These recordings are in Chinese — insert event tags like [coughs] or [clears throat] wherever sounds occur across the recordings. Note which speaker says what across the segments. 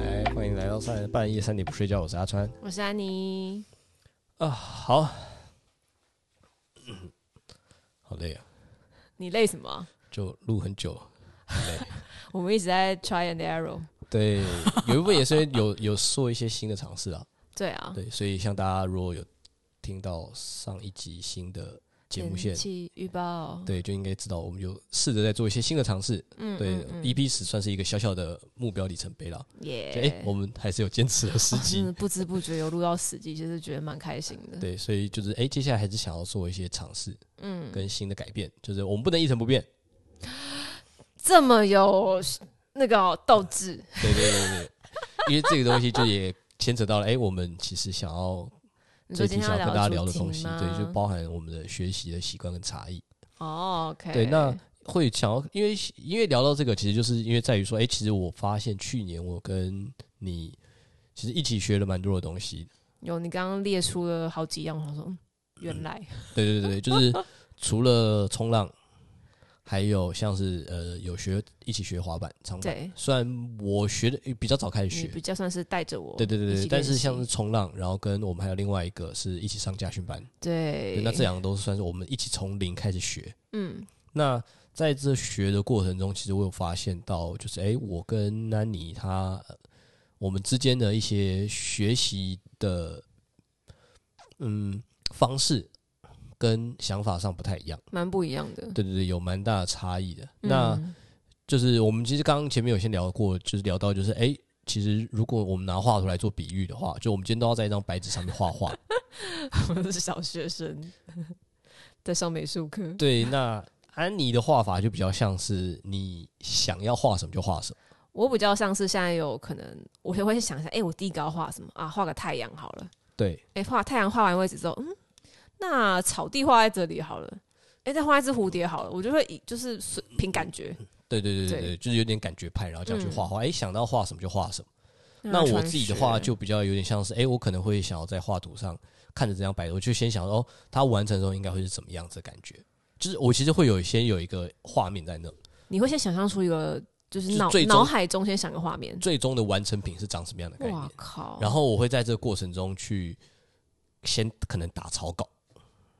Speaker 1: 哎幺三半夜三点不睡觉，我是阿川
Speaker 2: 我是安妮，
Speaker 1: 啊。好， [coughs] 好累啊，
Speaker 2: 你累什么？
Speaker 1: 就录很久。
Speaker 2: 我们一直在 try and error。
Speaker 1: 对，有一部分也是有有做一些新的尝试啊。
Speaker 2: 对啊，
Speaker 1: 对，所以像大家如果有听到上一集新的节目线
Speaker 2: 天，气预报，
Speaker 1: 对，就应该知道我们有试着在做一些新的尝试。
Speaker 2: 嗯，
Speaker 1: 对
Speaker 2: 嗯嗯
Speaker 1: ，EP 十算是一个小小的目标里程碑了。哎、
Speaker 2: 耶，
Speaker 1: 我们还是有坚持了十
Speaker 2: 哦 [laughs] 真
Speaker 1: 集。
Speaker 2: 的不知不觉有录到十集，其实觉得蛮开心的。，
Speaker 1: 对，所以就是哎、接下来还是想要做一些尝试
Speaker 2: 嗯，
Speaker 1: 跟新的改变，就是我们不能一成不变。
Speaker 2: 这么有那个哦斗志，
Speaker 1: 对对对 [laughs] 对，因为这个东西就也牵扯到了，哎、我们其实想要
Speaker 2: 你
Speaker 1: 这
Speaker 2: 说
Speaker 1: 一
Speaker 2: 今
Speaker 1: 集
Speaker 2: 天
Speaker 1: 想要跟大家
Speaker 2: 要
Speaker 1: 聊
Speaker 2: 主
Speaker 1: 的
Speaker 2: 题
Speaker 1: 东西，
Speaker 2: 吗
Speaker 1: 对，就包含我们的学习的习惯跟差异。
Speaker 2: 哦，OK，
Speaker 1: 对，那会想要，因为因为聊到这个，其实就是因为在于说，哎、其实我发现去年我跟你其实一起学了蛮多的东西。
Speaker 2: 有你刚刚列出了好几样，我说嗯原来
Speaker 1: 对对
Speaker 2: [laughs]
Speaker 1: 对对，就是除了冲浪，还有像是呃有学一起学滑板、长板。
Speaker 2: 对
Speaker 1: 虽然我学的比较早开始
Speaker 2: 你
Speaker 1: 学，
Speaker 2: 比较算是带着我，
Speaker 1: 对对对
Speaker 2: 一起
Speaker 1: 对，
Speaker 2: 练
Speaker 1: 但是像是
Speaker 2: 习
Speaker 1: 冲浪，然后跟我们还有另外一个是一起上家训班，对
Speaker 2: 对，
Speaker 1: 那这两个都是算是我们一起从零开始学。
Speaker 2: 嗯
Speaker 1: 那在这学的过程中，其实我有发现到，就是诶，我跟安妮她呃我们之间的一些学习的嗯方式跟想法上不太一样，
Speaker 2: 蛮不一样的。
Speaker 1: 对对对，有蛮大的差异的。那
Speaker 2: 嗯
Speaker 1: 就是我们其实刚刚前面有先聊过，就是聊到就是哎、诶其实如果我们拿画图来做比喻的话，就我们今天都要在一张白纸上面画画。 [laughs]
Speaker 2: 我们是小学 [laughs] 生，在上美术课。
Speaker 1: 对，那安妮的画法就比较像是你想要画什么就画什么。
Speaker 2: 我比较像是现在有可能，我就会想一下，哎、我第一个要画什么啊？画个太阳好了。
Speaker 1: 对
Speaker 2: 哎、画太阳画完位置之后，嗯，那草地画在这里好了。哎、再画一只蝴蝶好了。我就会以就是随凭感觉。
Speaker 1: 对对对对
Speaker 2: 对
Speaker 1: 对，就是有点感觉派，然后这样去画画。哎、想到画什么就画什么。嗯那
Speaker 2: 让它
Speaker 1: 我
Speaker 2: 传
Speaker 1: 自己的
Speaker 2: 学
Speaker 1: 话就比较有点像是，哎、我可能会想要在画图上看着这张白纸，我就先想哦，它完成的时候应该会是怎么样子的感觉。就是我其实会有先有一个画面在那，
Speaker 2: 你会先想象出一个，就是
Speaker 1: 就
Speaker 2: 脑
Speaker 1: 最终
Speaker 2: 脑海中先想个画面。
Speaker 1: 最终的完成品是长什么样的概念
Speaker 2: 哇。靠！
Speaker 1: 然后我会在这个过程中去先可能打草稿，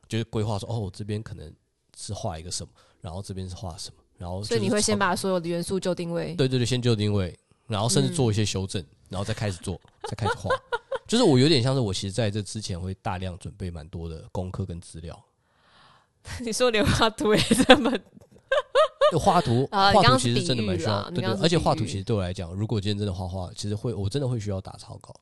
Speaker 1: 就是规划说哦，我这边可能是画一个什么，然后这边是画什么，然后就
Speaker 2: 所以
Speaker 1: 是
Speaker 2: 你会先
Speaker 1: 草稿
Speaker 2: 把所有的元素就定位。
Speaker 1: 对对对，先就定位，然后甚至做一些修正，然后再开始做， [laughs] 再开始画。就是我有点像是我其实在这之前会大量准备蛮多的功课跟资料，
Speaker 2: [laughs] 你说连画图也这么
Speaker 1: 就画图
Speaker 2: [laughs] 啊
Speaker 1: 画
Speaker 2: 你刚
Speaker 1: 图
Speaker 2: 刚是
Speaker 1: 其实
Speaker 2: 比
Speaker 1: 真的蛮
Speaker 2: 喻
Speaker 1: 需要
Speaker 2: 啦，你
Speaker 1: 对对
Speaker 2: 刚刚，是
Speaker 1: 而且
Speaker 2: 比
Speaker 1: 画图
Speaker 2: 喻
Speaker 1: 其实对我来讲，如果今天真的画画，其实会我真的会需要打草稿。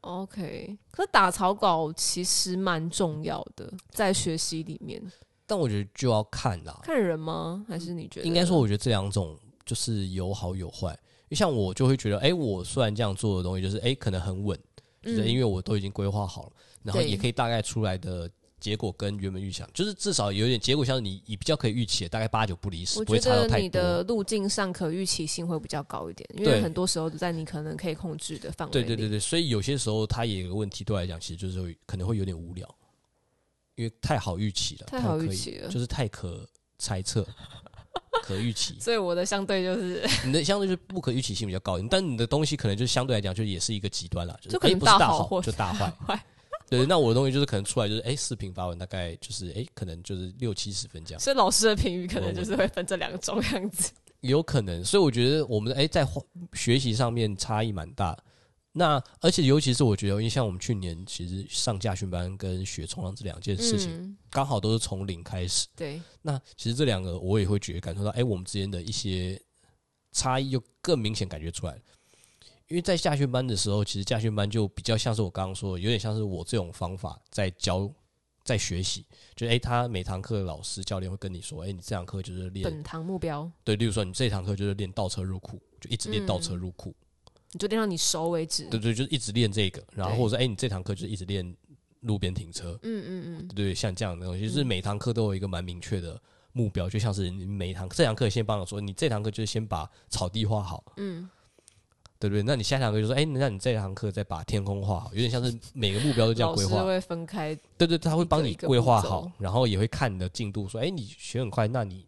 Speaker 2: OK，可是打草稿其实蛮重要的，在学习里面，
Speaker 1: 但我觉得就要看啦，
Speaker 2: 看人吗？还是你觉得？
Speaker 1: 应该说，我觉得这两种就是有好有坏。因为像我就会觉得，哎、我虽然这样做的东西就是，哎、可能很稳，就是因为
Speaker 2: 为
Speaker 1: 我都已经规划好了，然后
Speaker 2: 嗯对
Speaker 1: 也可以大概出来的结果跟原本预想，就是至少有点结果，像是你你比较可以预期的，大概八九不离十，
Speaker 2: 我
Speaker 1: 不会
Speaker 2: 觉
Speaker 1: 差到
Speaker 2: 得
Speaker 1: 太
Speaker 2: 你
Speaker 1: 多
Speaker 2: 的。路径上可预期性会比较高一点，因
Speaker 1: 对
Speaker 2: 为很多时候都在你可能可以控制的范围
Speaker 1: 对
Speaker 2: 内。
Speaker 1: 对对对，所以有些时候它也有个问题，对我来讲，其实就是会可能会有点无聊，因为太好预期了，
Speaker 2: 太好
Speaker 1: 可以
Speaker 2: 预期了
Speaker 1: 就是太可猜测、可预期。
Speaker 2: 所以我的相对就是，
Speaker 1: 你的相对就是不可预期性比较高，但你的东西可能就相对来讲就也是一个极端了，就是
Speaker 2: 就可能
Speaker 1: 诶不是大
Speaker 2: 大好
Speaker 1: 好
Speaker 2: 或
Speaker 1: 就大坏。
Speaker 2: 坏
Speaker 1: 对，那我的东西就是可能出来就是哎四平八稳，大概就是哎可能就是六七十分这样，
Speaker 2: 所以老师的评语可能就是会分这两种样子。
Speaker 1: 有可能。所以我觉得我们的哎在花学习上面差异蛮大。那而且尤其是我觉得，因为像我们去年其实上驾训班跟学冲浪这两件事情，
Speaker 2: 嗯，
Speaker 1: 刚、好都是从零开始。
Speaker 2: 对，
Speaker 1: 那其实这两个我也会觉得感受到，哎、我们之间的一些差异就更明显感觉出来了。因为在驾训班的时候，其实驾训班就比较像是我刚刚说的，有点像是我这种方法在教、在学习。就哎、诶他每堂课老师教练会跟你说，哎、你这堂课就是练
Speaker 2: 本堂目标，
Speaker 1: 对，例如说你这堂课就是练倒车入库，就一直练倒车入库，
Speaker 2: 你就练到你熟为止。
Speaker 1: 对对，就是一直练这个。然后
Speaker 2: 嗯对
Speaker 1: 或者说，哎、你这堂课就是一直练路边停车，
Speaker 2: 嗯嗯嗯，
Speaker 1: 对，像这样的东西，就是每堂课都有一个蛮明确的目标，就像是你每一堂这堂课先帮我说，你这堂课就是先把草地画好，
Speaker 2: 嗯，
Speaker 1: 对不对？那你下堂课就说，哎、那你这堂课再把天空画好，有点像是每个目标都这样
Speaker 2: 老
Speaker 1: 规
Speaker 2: 师
Speaker 1: 划，
Speaker 2: 会分开。
Speaker 1: 对对，他会帮你
Speaker 2: 一个一个
Speaker 1: 规划
Speaker 2: 步骤
Speaker 1: 好，然后也会看你的进度，说，哎、你学很快，那你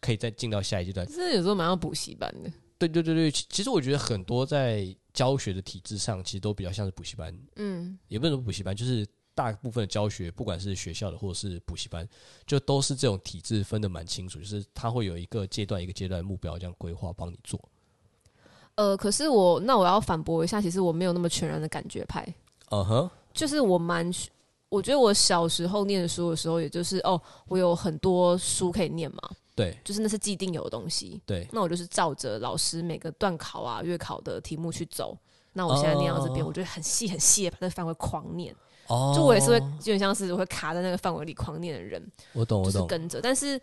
Speaker 1: 可以再进到下一阶段。
Speaker 2: 真的有时候蛮像补习班的。
Speaker 1: 对对对对，其其实我觉得很多在教学的体制上，其实都比较像是补习班，
Speaker 2: 嗯
Speaker 1: 也不能说补习班，就是大部分的教学，不管是学校的或者是补习班，就都是这种体制分的蛮清楚，就是它会有一个阶段一个阶段的目标这样规划帮你做。
Speaker 2: 呃，可是我那我要反驳一下，其实我没有那么全然的感觉派，
Speaker 1: 嗯哼，
Speaker 2: 就是我蛮，我觉得我小时候念书的时候，也就是哦，我有很多书可以念嘛，
Speaker 1: 对
Speaker 2: 就是那是既定有的东西，
Speaker 1: 对，
Speaker 2: 那我就是照着老师每个段考啊、月考的题目去走。那我现在念到这边，
Speaker 1: 哦
Speaker 2: 我就很细很细的把那个范围狂念，
Speaker 1: 哦
Speaker 2: 就我也是会，有点像是我会卡在那个范围里狂念的人。
Speaker 1: 我懂
Speaker 2: 就
Speaker 1: 我
Speaker 2: 是
Speaker 1: 懂，
Speaker 2: 跟着，但是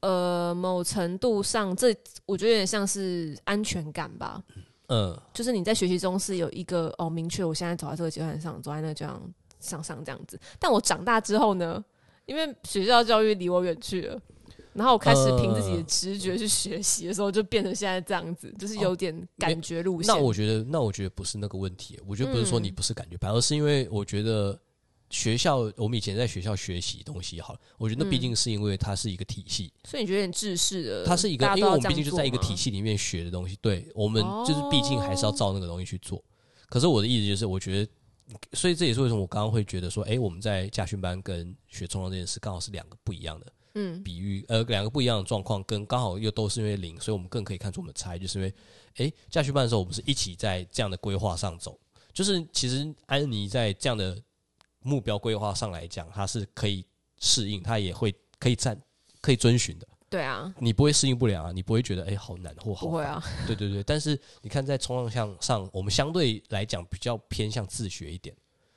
Speaker 2: 呃，某程度上，这我觉得有点像是安全感吧，
Speaker 1: 嗯，
Speaker 2: 就是你在学习中是有一个哦，明确我现在走在这个阶段上，走在那个阶段上上这样子。但我长大之后呢，因为学校教育离我远去了。然后我开始凭自己的
Speaker 1: 呃哦
Speaker 2: 直觉去学习的时候，就变成现在这样子，就是有点感觉路线。
Speaker 1: 那我觉得那我觉得不是那个问题，我觉得不是说你
Speaker 2: 嗯
Speaker 1: 不是感觉派，而是因为我觉得。学校，我们以前在学校学习东西，好了，我觉得那毕
Speaker 2: 嗯
Speaker 1: 竟是因为它是一个体系，
Speaker 2: 所以你觉得有点制式的，
Speaker 1: 它是一个
Speaker 2: 呃大，家
Speaker 1: 因
Speaker 2: 都
Speaker 1: 为
Speaker 2: 要
Speaker 1: 我们
Speaker 2: 这
Speaker 1: 毕
Speaker 2: 样
Speaker 1: 竟就
Speaker 2: 做
Speaker 1: 在一个
Speaker 2: 吗
Speaker 1: 体系里面学的东西，对我们就是毕竟还是要
Speaker 2: 哦
Speaker 1: 照那个东西去做。可是我的意思就是，我觉得，所以这也是为什么我刚刚会觉得说，哎、我们在家训班跟学冲浪这件事刚好是两个不一样的
Speaker 2: 嗯
Speaker 1: 比喻，呃，两个不一样的状况，跟刚好又都是因为零，所以我们更可以看出我们的差异，就是因为，哎、家训班的时候，我们是一起在这样的规划上走，就是其实安妮在这样的目标规划上来讲，她是可以适应，她也会可以站，可以遵循的。
Speaker 2: 对啊，
Speaker 1: 你不会适应不良啊，你不会觉得哎、好难或好
Speaker 2: 不会啊，
Speaker 1: 对对对。但是你看在冲浪项上，我们相对来讲比较偏向自学一点，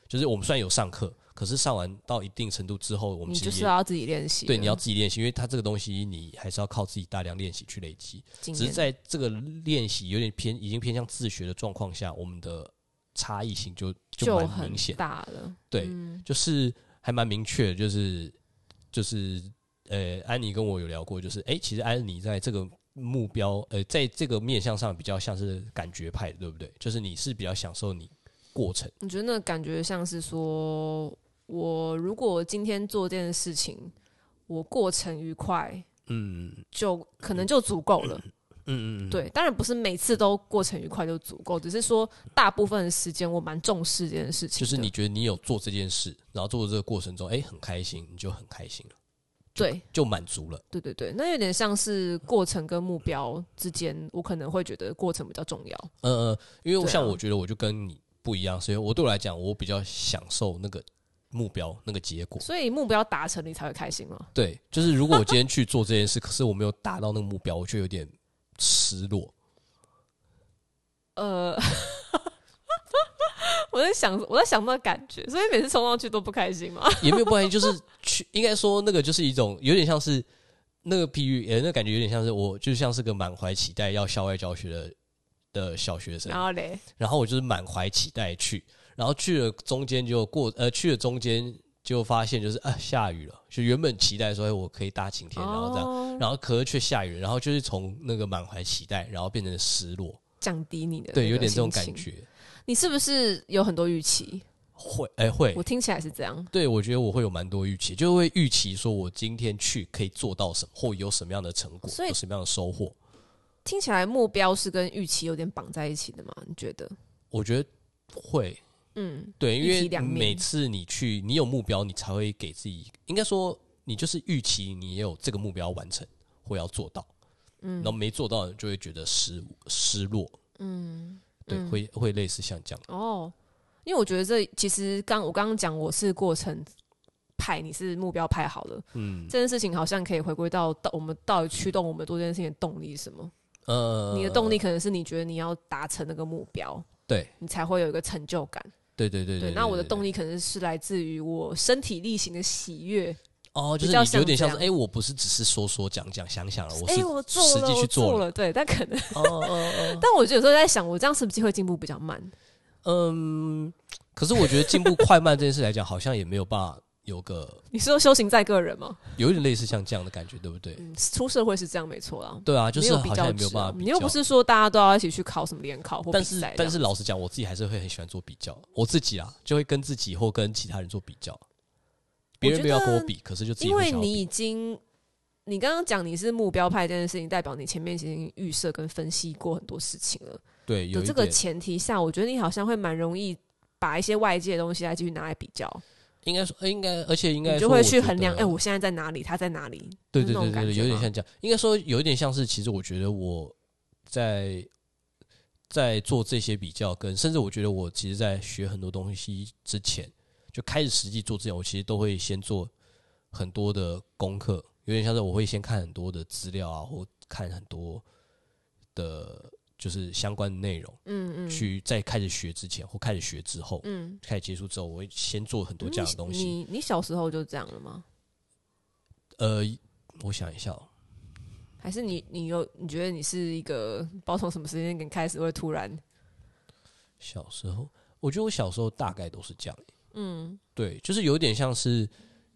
Speaker 1: 就是我们虽然有上课，可是上完到一定程度之后，我们
Speaker 2: 你
Speaker 1: 其
Speaker 2: 就
Speaker 1: 实
Speaker 2: 是
Speaker 1: 也
Speaker 2: 要自己练习了。
Speaker 1: 对你要自己练习，因为它这个东西你还是要靠自己大量练习去累积。
Speaker 2: 经
Speaker 1: 只是
Speaker 2: 验
Speaker 1: 在这个练习有点偏已经偏向自学的状况下，我们的差异性就
Speaker 2: 就
Speaker 1: 蛮
Speaker 2: 很
Speaker 1: 明显。
Speaker 2: 大了。
Speaker 1: 对
Speaker 2: 嗯
Speaker 1: 就是还蛮明确的，就是就是呃，安妮跟我有聊过，就是哎、诶其实安妮在这个目标呃，在这个面向上比较像是感觉派的，对不对？就是你是比较享受你过程，
Speaker 2: 我觉得那个感觉像是说，我如果今天做这件事情，我过程愉快，
Speaker 1: 嗯
Speaker 2: 就可能就足够了。
Speaker 1: 嗯嗯，
Speaker 2: 对，当然不是每次都过程愉快就足够，只是说大部分的时间我蛮重视这件事情
Speaker 1: 就
Speaker 2: 的。
Speaker 1: 是你觉得你有做这件事，然后做的这个过程中，哎、很开心，你就很开心了，
Speaker 2: 对
Speaker 1: 就满足了。
Speaker 2: 对对对，那有点像是过程跟目标之间，我可能会觉得过程比较重要。
Speaker 1: 呃，因为我
Speaker 2: 对啊
Speaker 1: 像我觉得我就跟你不一样，所以我对我来讲，我比较享受那个目标那个结果。
Speaker 2: 所以目标达成，你才会开心嘛。
Speaker 1: 对，就是如果我今天去做这件事，可是我没有达到那个目标，我就有点失落。
Speaker 2: 呃， [laughs] 我在想，我在想那个感觉，所以每次冲上去都不开心嘛。
Speaker 1: 也没有不开心，就是去，应该说那个就是一种有点像是那个譬喻，呃、那感觉有点像是我就像是个满怀期待要校外教学的的小学生，
Speaker 2: 然后嘞，
Speaker 1: 然后我就是满怀期待去，然后去了中间就过，呃，去了中间就发现就是啊下雨了，就原本期待说哎我可以大晴天，然后这样，
Speaker 2: 样
Speaker 1: 然后可是却下雨了，然后就是从那个满怀期待，然后变成失落，
Speaker 2: 降低你的
Speaker 1: 对，
Speaker 2: 那
Speaker 1: 有
Speaker 2: 个
Speaker 1: 点这种
Speaker 2: 心
Speaker 1: 感
Speaker 2: 情。
Speaker 1: 觉。
Speaker 2: 你是不是有很多预期？
Speaker 1: 会，哎、会
Speaker 2: 我，听起来是这样。
Speaker 1: 对我觉得我会有蛮多预期，就会预期说我今天去可以做到什么，或有什么样的成果，
Speaker 2: 所以
Speaker 1: 有什么样的收获。
Speaker 2: 听起来目标是跟预期有点绑在一起的嘛？你觉得？
Speaker 1: 我觉得会，
Speaker 2: 嗯，
Speaker 1: 对，因
Speaker 2: 一
Speaker 1: 为
Speaker 2: 体两面
Speaker 1: 每次你去，你有目标，你才会给自己，应该说你就是预期你也有这个目标要完成或要做到，嗯，然后没做到就会觉得失失落，嗯，对，会会类似像这样，
Speaker 2: 哦，因为我觉得这其实刚我刚刚讲我是过程派，你是目标派好了，
Speaker 1: 嗯
Speaker 2: 这件事情好像可以回归到到我们到底驱动我们做这件事情的动力是什么？
Speaker 1: 呃，
Speaker 2: 你的动力可能是你觉得你要达成那个目标，
Speaker 1: 对
Speaker 2: 你才会有一个成就感。
Speaker 1: 对对对
Speaker 2: 对，那我的动
Speaker 1: 力
Speaker 2: 力可能是来自于我身体力行的喜悦。
Speaker 1: 哦，就
Speaker 2: 比
Speaker 1: 是
Speaker 2: 较
Speaker 1: 你有点
Speaker 2: 像
Speaker 1: 像
Speaker 2: 这
Speaker 1: 是
Speaker 2: 样
Speaker 1: 哎，我不是只是说说讲讲想想了，我
Speaker 2: 哎、
Speaker 1: 是
Speaker 2: 我做
Speaker 1: 实
Speaker 2: 了，
Speaker 1: 际
Speaker 2: 我
Speaker 1: 去
Speaker 2: 做
Speaker 1: [laughs] 了，
Speaker 2: 了，嗯对，但可能，
Speaker 1: 哦哦哦。
Speaker 2: 但我有时候在想，我这样是不是会进步比较慢？
Speaker 1: 嗯，可是我觉得进步快慢这件事来讲，好像也没有办法有个
Speaker 2: 你说修行在个人吗？
Speaker 1: 有一点类似像这样的感觉，对不对？
Speaker 2: 嗯，出社会是这样没错啦。
Speaker 1: 对啊，就是
Speaker 2: 没有比
Speaker 1: 好像
Speaker 2: 较
Speaker 1: 也没有
Speaker 2: 值
Speaker 1: 办
Speaker 2: 啊
Speaker 1: 法，比
Speaker 2: 你
Speaker 1: 较。
Speaker 2: 又不是说大家都要一起去考什么联考或
Speaker 1: 但
Speaker 2: 比
Speaker 1: 是
Speaker 2: 赛这样，
Speaker 1: 但是老实讲，我自己还是会很喜欢做比较，我自己啊就会跟自己或跟其他人做比较，别人没有要跟我比，可是就自己
Speaker 2: 因
Speaker 1: 会
Speaker 2: 为
Speaker 1: 想要比
Speaker 2: 你已经，你刚刚讲你是目标派这件事情，代表你前面已经预设跟分析过很多事情了。
Speaker 1: 对，有
Speaker 2: 的
Speaker 1: 一
Speaker 2: 这个
Speaker 1: 点
Speaker 2: 前提下，我觉得你好像会蛮容易把一些外界的东西来继续拿来比较，
Speaker 1: 应该说，呃应该，而且应该
Speaker 2: 你
Speaker 1: 说
Speaker 2: 就会
Speaker 1: 我
Speaker 2: 去
Speaker 1: 觉
Speaker 2: 衡量，哎、
Speaker 1: 得
Speaker 2: 我现在在哪里，他在哪里，
Speaker 1: 对对
Speaker 2: 是那
Speaker 1: 对
Speaker 2: 种感
Speaker 1: 对对，
Speaker 2: 觉
Speaker 1: 有点
Speaker 2: 吗
Speaker 1: 像这样，应该说有一点像是，其实我觉得我在在做这些比较跟，甚至我觉得我其实在学很多东西之前，就开始实际做之前，我其实都会先做很多的功课，有点像是我会先看很多的资料啊，或看很多的就是相关的内容，
Speaker 2: 嗯嗯，
Speaker 1: 去在开始学之前或开始学之后，
Speaker 2: 嗯，
Speaker 1: 开始接触之后，我会先做很多
Speaker 2: 嗯
Speaker 1: 这样的东西。
Speaker 2: 你你小时候就这样了吗？
Speaker 1: 呃，我想一下、哦。
Speaker 2: 还是你你有你觉得你是一个，不知道从什么时间点开始会突然，
Speaker 1: 小时候，我觉得我小时候大概都是这样，
Speaker 2: 嗯
Speaker 1: 对，就是有点像是，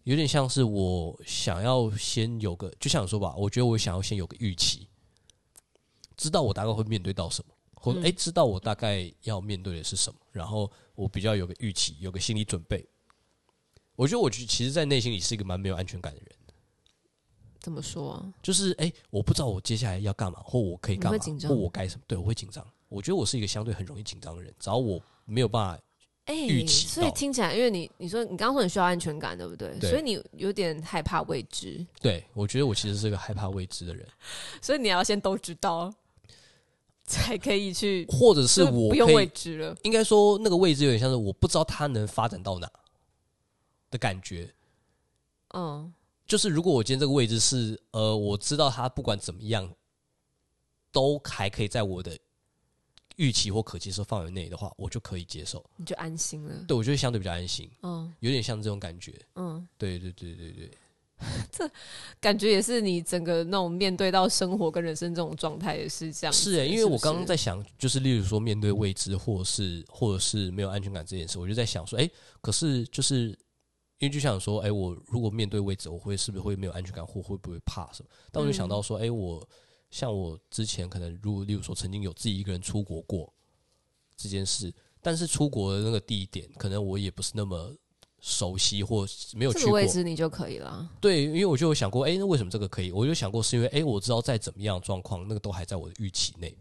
Speaker 1: 有点像是我想要先有个，就像你说吧，我觉得我想要先有个预期，知道我大概会面对到什么，或者
Speaker 2: 嗯
Speaker 1: 诶，知道我大概要面对的是什么，然后我比较有个预期，有个心理准备。我觉得我其其实，在内心里是一个蛮没有安全感的人，
Speaker 2: 怎么说啊、
Speaker 1: 就是诶，我不知道我接下来要干嘛，或我可以干
Speaker 2: 你
Speaker 1: 嘛
Speaker 2: 会紧，张
Speaker 1: 或我该什么，对我会紧张。我觉得我是一个相对很容易紧张的人，只要我没有办法
Speaker 2: 哎、
Speaker 1: 预期
Speaker 2: 所以
Speaker 1: 到
Speaker 2: 听起来，因为你你说你刚刚说你需要安全感，对不对？
Speaker 1: 对
Speaker 2: 所以你有点害怕未知，
Speaker 1: 对，我觉得我其实是个害怕未知的人，
Speaker 2: 所以你要先都知道，才可以去，
Speaker 1: 或者是
Speaker 2: 就
Speaker 1: 我
Speaker 2: 不用
Speaker 1: 可
Speaker 2: 未
Speaker 1: 以
Speaker 2: 知了。
Speaker 1: 应该说那个位置有点像是我不知道它能发展到哪的感觉。
Speaker 2: 嗯，
Speaker 1: 就是如果我今天这个位置是呃，我知道它不管怎么样，都还可以在我的预期或可接受范围内的话，我就可以接受。
Speaker 2: 你就安心了。
Speaker 1: 对我觉得相对比较安心，
Speaker 2: 嗯
Speaker 1: 有点像这种感觉。
Speaker 2: 嗯，
Speaker 1: 对对对对对，
Speaker 2: 感觉也是你整个那种面对到生活跟人生这种状态也是这样子。
Speaker 1: 是诶、欸因为
Speaker 2: 是不
Speaker 1: 我刚刚
Speaker 2: 是
Speaker 1: 在想，就是例如说面对未知，或者是或者是没有安全感这件事，我就在想说，诶，可是就是因为就想说，诶，我如果面对未知，我会是不是会没有安全感，或会不会怕什么？但我就想到
Speaker 2: 嗯
Speaker 1: 说，诶，我像我之前可能如例如说曾经有自己一个人出国过这件事，但是出国的那个地点，可能我也不是那么熟悉，或是没有
Speaker 2: 这
Speaker 1: 去
Speaker 2: 个
Speaker 1: 过。
Speaker 2: 位置你就可以了。
Speaker 1: 对，因为我就有想过，诶，那为什么这个可以？我就想过是因为，诶，我知道在怎么样的状况，那个都还在我的预期内，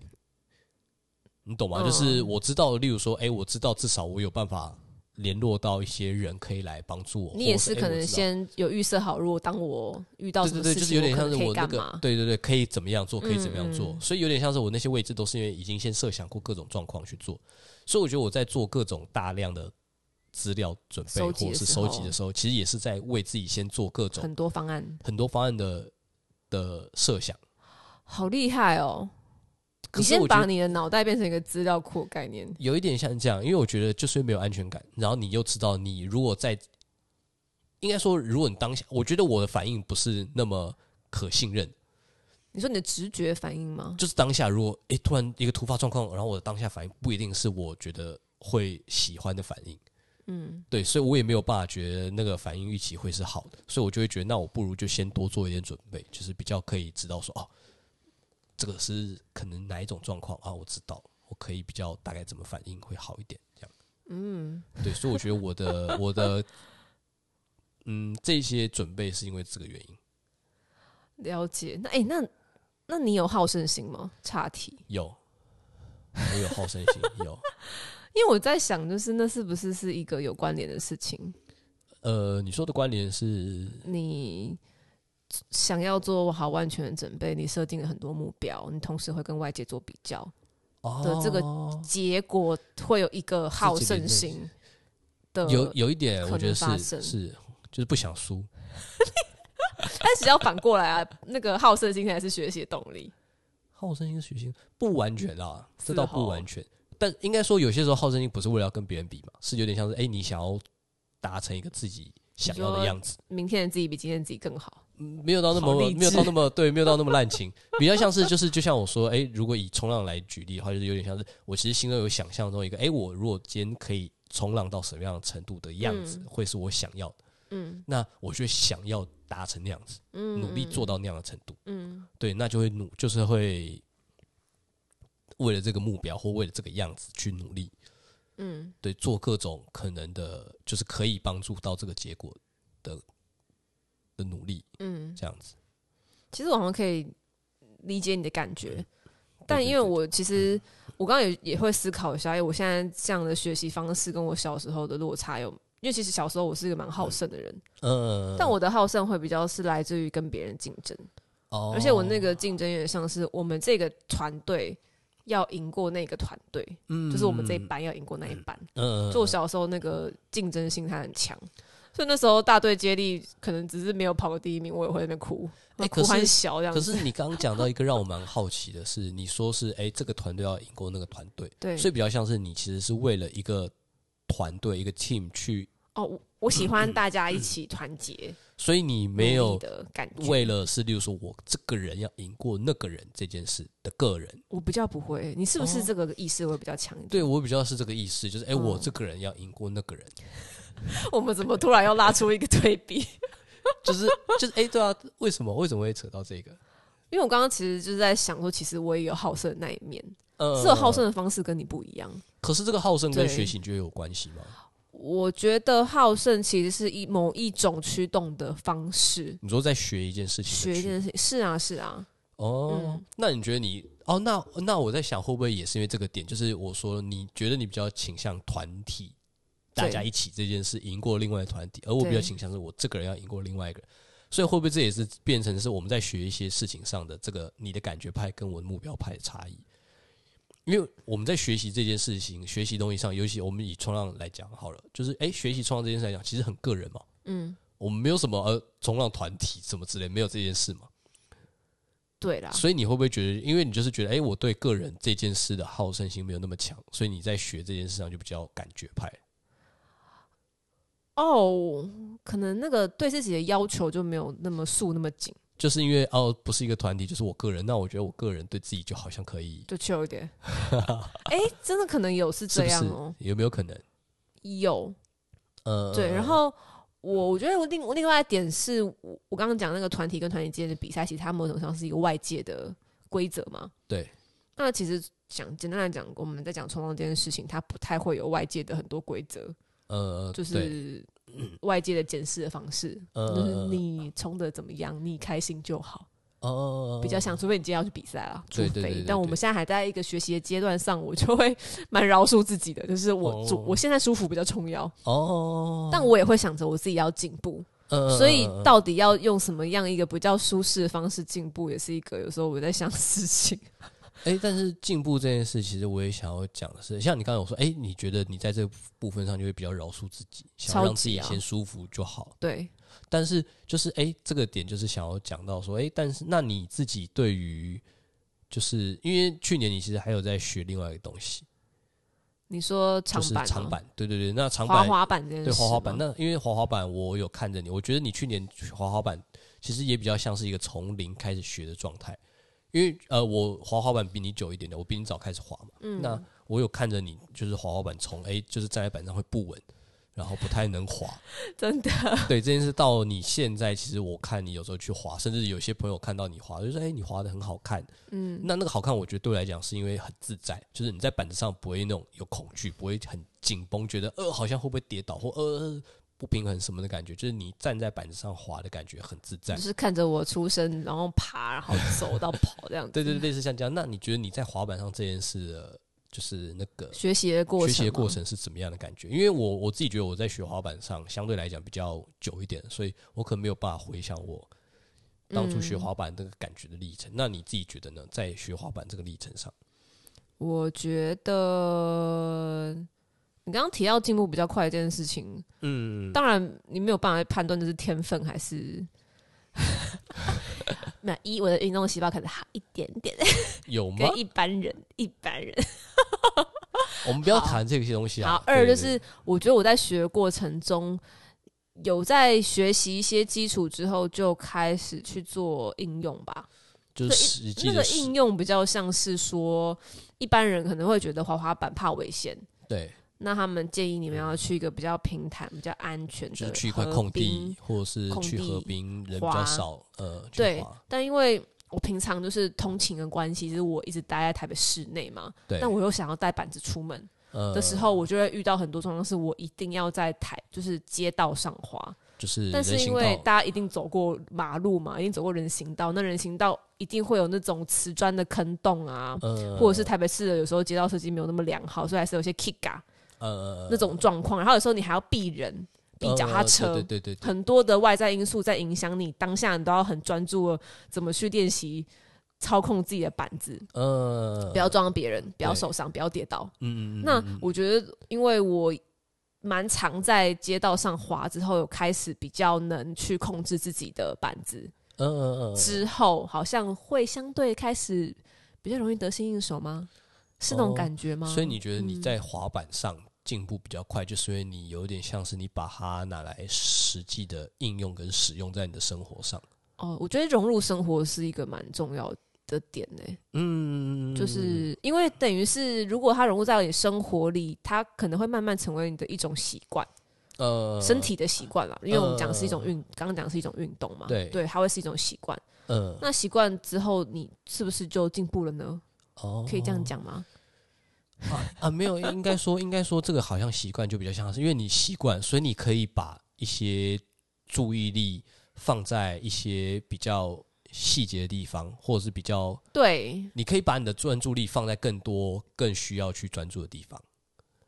Speaker 1: 你懂吗？
Speaker 2: 嗯
Speaker 1: 就是我知道，例如说，诶，我知道至少我有办法联络到一些人可以来帮助我，
Speaker 2: 你也
Speaker 1: 或
Speaker 2: 是
Speaker 1: 诶
Speaker 2: 可
Speaker 1: 我
Speaker 2: 能
Speaker 1: 知道
Speaker 2: 先有预设好，如果当我遇到
Speaker 1: 对
Speaker 2: 什么
Speaker 1: 对
Speaker 2: 事
Speaker 1: 对，就
Speaker 2: 情，
Speaker 1: 是有点像是
Speaker 2: 我
Speaker 1: 我
Speaker 2: 可能可以
Speaker 1: 那
Speaker 2: 干
Speaker 1: 个
Speaker 2: 嘛，
Speaker 1: 对对对，可以怎么样做，可以怎么样做，
Speaker 2: 嗯嗯
Speaker 1: 所以有点像是我那些位置都是因为已经先设想过各种状况去做，所以我觉得我在做各种大量的资料准备
Speaker 2: 收
Speaker 1: 或
Speaker 2: 集的
Speaker 1: 者是
Speaker 2: 时
Speaker 1: 收集
Speaker 2: 候
Speaker 1: 的时候，其实也是在为自己先做各种
Speaker 2: 很多方案，
Speaker 1: 很多方案的的设想。
Speaker 2: 好厉害哦！
Speaker 1: 可
Speaker 2: 你
Speaker 1: 是
Speaker 2: 先
Speaker 1: 我觉
Speaker 2: 把
Speaker 1: 得
Speaker 2: 你的脑袋变成一个资料库的概念，
Speaker 1: 有一点像这样，因为我觉得就是没有安全感，然后你又知道你如果在，应该说如果你当下，我觉得我的反应不是那么可信任，
Speaker 2: 你说你的直觉反应吗？
Speaker 1: 就是当下如果诶、突然一个突发状况，然后我的当下反应不一定是我觉得会喜欢的反应，
Speaker 2: 嗯，
Speaker 1: 对，所以我也没有办法觉得那个反应预期会是好的，所以我就会觉得那我不如就先多做一点准备，就是比较可以知道说哦，这个是可能哪一种状况啊，我知道我可以比较大概怎么反应会好一点，这样。
Speaker 2: 嗯，
Speaker 1: 对，所以我觉得我的我的，嗯，这些准备是因为这个原因
Speaker 2: 了解。那哎、那那你有好胜心吗？岔题，
Speaker 1: 有，我有好胜心，有。
Speaker 2: 因为我在想，就是那是不是是一个有关联的事情？
Speaker 1: 呃，你说的关联是，
Speaker 2: 你想要做好万全的准备，你设定了很多目标，你同时会跟外界做比较，
Speaker 1: 哦，
Speaker 2: 的这个结果会有一个好胜心的。
Speaker 1: 有有一点，
Speaker 2: 呃可
Speaker 1: 我觉得
Speaker 2: 能发
Speaker 1: 是
Speaker 2: 生
Speaker 1: 是，就是不想输。
Speaker 2: 但是要反过来啊，那个好胜心才是学习的动力。
Speaker 1: 好胜心是学习不完全啦，这
Speaker 2: 是哦
Speaker 1: 倒不
Speaker 2: 吼
Speaker 1: 完全，但应该说有些时候好胜心不是为了要跟别人比嘛，是有点像是哎、诶你想要达成一个自己想要的
Speaker 2: 说
Speaker 1: 样子，
Speaker 2: 明天的自己比今天的自己更好。
Speaker 1: 嗯没有到那
Speaker 2: 好
Speaker 1: 么
Speaker 2: 励
Speaker 1: 没有到
Speaker 2: 志
Speaker 1: 那么对，没有到那么滥情， [laughs] 比较像是就是就像我说，哎、如果以冲浪来举例的话，就是有点像是我其实心中有想象中一个，哎、我如果今天可以冲浪到什么样的程度的样子，
Speaker 2: 嗯
Speaker 1: 会是我想要的，
Speaker 2: 嗯
Speaker 1: 那我就想要达成那样子，
Speaker 2: 嗯，
Speaker 1: 努力做到那样的程度。
Speaker 2: 嗯。
Speaker 1: 对，那就会努，就是会为了这个目标或为了这个样子去努力，
Speaker 2: 嗯嗯，
Speaker 1: 对，做各种可能的，就是可以帮助到这个结果的的努力，
Speaker 2: 嗯，
Speaker 1: 这样子。
Speaker 2: 其实我好像可以理解你的感觉，但
Speaker 1: 对
Speaker 2: 因为我其实我刚刚也也会思考一下，哎，我现在这样的学习方式跟我小时候的落差有，因为其实小时候我是一个蛮好胜的人，
Speaker 1: 嗯，
Speaker 2: 但我的好胜会比较是来自于跟别人竞争，
Speaker 1: 哦，
Speaker 2: 而且我那个竞争也像是我们这个团队要赢过那个团队，
Speaker 1: 嗯
Speaker 2: 就是我们这一，班要赢过那一班。
Speaker 1: 嗯，
Speaker 2: 就我小时候那个竞争心态很强，所以那时候大队接力可能只是没有跑过第一名，我也会在那边哭，
Speaker 1: 哎可
Speaker 2: 哭
Speaker 1: 是
Speaker 2: 很小这样
Speaker 1: 可
Speaker 2: 子。
Speaker 1: 是你刚刚讲到一个让我蛮好奇的是，你说是哎、这个团队要赢过那个团队，
Speaker 2: 对，
Speaker 1: 所以比较像是你其实是为了一个团队一个 team 去，
Speaker 2: 哦，我我
Speaker 1: [clears throat]
Speaker 2: 喜欢大家一起团结，
Speaker 1: 所以你
Speaker 2: 努
Speaker 1: 没
Speaker 2: 力
Speaker 1: 有
Speaker 2: 的感觉。
Speaker 1: 为了是，例如说我这个人要赢过那个人这件事的个人，
Speaker 2: 我比较不会，你是不
Speaker 1: 哦
Speaker 2: 是这个意识会比较强一点？
Speaker 1: 对我比较是这个意思，就是哎、我
Speaker 2: 嗯
Speaker 1: 这个人要赢过那个人，
Speaker 2: [laughs]
Speaker 1: [laughs]
Speaker 2: 我们怎么突然要拉出一个对比？
Speaker 1: 就是就是哎、对啊，为什么为什么会扯到这个？
Speaker 2: [laughs] 因为我刚刚其实就是在想说，其实我也有好胜的那一面，
Speaker 1: 呃
Speaker 2: 只有好胜，的方式跟你不一样。
Speaker 1: 可是这个好胜跟
Speaker 2: 对
Speaker 1: 学习你觉得有关系吗？
Speaker 2: 我觉得好胜其实是一某一种驱动的方式，
Speaker 1: 你说在学一件事情的
Speaker 2: 学
Speaker 1: 区，
Speaker 2: 一件事情是啊是啊，
Speaker 1: 哦，
Speaker 2: 嗯
Speaker 1: 那你觉得你哦，那那我在想，会不会也是因为这个点，就是我说你觉得你比较倾向团体，
Speaker 2: 对
Speaker 1: 大家一起这件事赢过另外的团体，而我
Speaker 2: 对
Speaker 1: 比较倾向是我这个人要赢过另外一个人，所以会不会这也是变成是我们在学一些事情上的这个你的感觉派跟我的目标派的差异？因为我们在学习这件事情、学习东西上，尤其我们以冲浪来讲好了，就是诶，学习冲浪这件事来讲，其实很个人嘛，
Speaker 2: 嗯，
Speaker 1: 我们没有什么呃冲浪团体什么之类，没有这件事嘛。
Speaker 2: 对啦，
Speaker 1: 所以你会不会觉得，因为你就是觉得，哎、我对个人这件事的好胜心没有那么强，所以你在学这件事上就比较感觉派。
Speaker 2: 哦，可能那个对自己的要求就没有那么束那么紧，
Speaker 1: 就是因为哦，不是一个团体，就是我个人。那我觉得我个人对自己就好像可以，
Speaker 2: 就 chill
Speaker 1: [laughs]
Speaker 2: 一点。哎、真的可能有是
Speaker 1: 是
Speaker 2: 这
Speaker 1: 不
Speaker 2: 样
Speaker 1: 是？
Speaker 2: 哦、
Speaker 1: 有没有可能？
Speaker 2: 有
Speaker 1: 呃，
Speaker 2: 对。然后我我觉得我另另外一点是我我刚刚讲那个团体跟团体之间的比赛，其实它某种上是一个外界的规则嘛。
Speaker 1: 对。
Speaker 2: 那其实讲简单来讲，我们在讲冲浪这件事情，它不太会有外界的很多规则，
Speaker 1: 呃，
Speaker 2: 就
Speaker 1: 对
Speaker 2: 是外界的检视的方式，
Speaker 1: 呃
Speaker 2: 就是你冲的怎么样，你开心就好。
Speaker 1: 呃
Speaker 2: 比较想，除非你今天要去比赛啊，除
Speaker 1: 对对对对
Speaker 2: 非
Speaker 1: 对。
Speaker 2: 但我们现在还在一个学习的阶段上，我就会蛮饶恕自己的，就是我主
Speaker 1: 哦
Speaker 2: 我现在舒服比较重要，
Speaker 1: 哦，
Speaker 2: 但我也会想着我自己要进步，
Speaker 1: 呃
Speaker 2: 所以
Speaker 1: 呃
Speaker 2: 到底要用什么样一个比较舒适的方式进步，也是一个有时候我在想的事情。 [laughs]
Speaker 1: 哎、但是进步这件事，其实我也想要讲的是，像你刚才有说，哎、你觉得你在这部分上就会比较饶恕自己，想要
Speaker 2: 超
Speaker 1: 让自
Speaker 2: 级
Speaker 1: 己
Speaker 2: 啊
Speaker 1: 先舒服就好。
Speaker 2: 对，
Speaker 1: 但是就是哎、诶这个点就是想要讲到说，哎、但是那你自己对于，就是因为去年你其实还有在学另外一个东西，
Speaker 2: 你说长
Speaker 1: 就是
Speaker 2: 板、啊、
Speaker 1: 长板，对对对，那长
Speaker 2: 滑
Speaker 1: 板
Speaker 2: 滑板这件事
Speaker 1: 对
Speaker 2: 吗，
Speaker 1: 滑滑板，那因为滑滑板我有看着你，我觉得你去年滑滑板其实也比较像是一个从零开始学的状态，因为呃我滑滑板比你久一点点，我比你早开始滑嘛，
Speaker 2: 嗯
Speaker 1: 那我有看着你就是滑滑板从哎、诶就是站在板上会不稳，然后不太能滑，
Speaker 2: 真的
Speaker 1: 对这件事，到你现在，其实我看你有时候去滑，甚至有些朋友看到你滑，就说：“哎、你滑的很好看。”
Speaker 2: 嗯，
Speaker 1: 那那个好看，我觉得对我来讲是因为很自在，就是你在板子上不会那种有恐惧，不会很紧绷，觉得呃好像会不会跌倒或呃不平衡什么的感觉，就是你站在板子上滑的感觉很自在
Speaker 2: 就。是看着我出生，然后爬，然后走到跑这样子。
Speaker 1: 对对对，类似像这样。那你觉得你在滑板上这件事的，就是那个
Speaker 2: 学习的过程
Speaker 1: 学
Speaker 2: 吗，
Speaker 1: 习的过程是怎么样的感觉？因为我我自己觉得我在学滑板上相对来讲比较久一点，所以我可能没有办法回想我当初学
Speaker 2: 嗯
Speaker 1: 滑板这个感觉的历程。那你自己觉得呢？在学滑板这个历程上，
Speaker 2: 我觉得你刚刚提到进步比较快这件事情，
Speaker 1: 嗯，
Speaker 2: 当然你没有办法判断这是天分还是 [laughs] 那一我的运动细胞可能好一点点，
Speaker 1: 有吗？
Speaker 2: 跟一般人一般人。
Speaker 1: 我们不要谈这些东西啊
Speaker 2: 好。，二
Speaker 1: 对对
Speaker 2: 就
Speaker 1: 对
Speaker 2: 是我觉得我在学的过程中有在学习一些基础之后，就开始去做应用吧。
Speaker 1: 就是实际
Speaker 2: 那
Speaker 1: 的
Speaker 2: 个
Speaker 1: 实
Speaker 2: 应用比较像是说，一般人可能会觉得滑滑板怕危险。
Speaker 1: 对，
Speaker 2: 那他们建议你们要去一个比较平坦、比较安全的，呃
Speaker 1: 就是去一块空地，，或者是
Speaker 2: 空
Speaker 1: 去河
Speaker 2: 地
Speaker 1: 滨，人比
Speaker 2: 滑
Speaker 1: 较少，呃，去
Speaker 2: 对
Speaker 1: 滑。
Speaker 2: 但因为我平常就是通勤的关系，就是我一直待在台北市内嘛，
Speaker 1: 对，
Speaker 2: 但我又想要带板子出门
Speaker 1: 呃
Speaker 2: 的时候，我就会遇到很多状况，是我一定要在台就是街道上滑，
Speaker 1: 就是
Speaker 2: 但
Speaker 1: 人
Speaker 2: 是因
Speaker 1: 行
Speaker 2: 为
Speaker 1: 道，
Speaker 2: 大家一定走过马路嘛，一定走过人行道，那人行道一定会有那种瓷砖的坑洞啊，
Speaker 1: 呃，
Speaker 2: 或者是台北市的有时候街道设计没有那么良好，所以还是有一些 kick 啊
Speaker 1: 呃
Speaker 2: 那种状况。然后有时候你还要避人、避脚踏
Speaker 1: 呃
Speaker 2: 车，
Speaker 1: 对对对对对，
Speaker 2: 很多的外在因素在影响你当下，你都要很专注地怎么去练习操控自己的板子，
Speaker 1: 呃，
Speaker 2: 不要撞到别人，不要
Speaker 1: 对
Speaker 2: 受伤，不要跌倒。
Speaker 1: 嗯，嗯嗯，
Speaker 2: 那
Speaker 1: 嗯
Speaker 2: 我觉得，因为我蛮常在街道上滑之后，有开始比较能去控制自己的板子，
Speaker 1: 嗯嗯嗯，
Speaker 2: 之后好像会相对开始比较容易得心应手吗？是那种
Speaker 1: 哦
Speaker 2: 感觉吗？
Speaker 1: 所以你觉得你
Speaker 2: 嗯
Speaker 1: 在滑板上进步比较快，就是因为你有点像是你把它拿来实际的应用跟使用在你的生活上。
Speaker 2: 哦，我觉得融入生活是一个蛮重要的点呢、
Speaker 1: 嗯，
Speaker 2: 就是因为等于是，如果它融入在你生活里，它可能会慢慢成为你的一种习惯，
Speaker 1: 呃
Speaker 2: 身，体的习惯啦。因为我们讲是一种
Speaker 1: 呃
Speaker 2: 运，刚刚讲是一种运动嘛，
Speaker 1: 对
Speaker 2: 对，它会是一种习惯。
Speaker 1: 嗯、
Speaker 2: 那习惯之后，你是不是就进步了呢？
Speaker 1: 哦
Speaker 2: 可以这样讲吗？
Speaker 1: 啊啊，没有，应该说应该说这个好像习惯就比较像是，因为你习惯，所以你可以把一些注意力放在一些比较细节的地方，或者是比较，
Speaker 2: 对，
Speaker 1: 你可以把你的专注力放在更多更需要去专注的地方。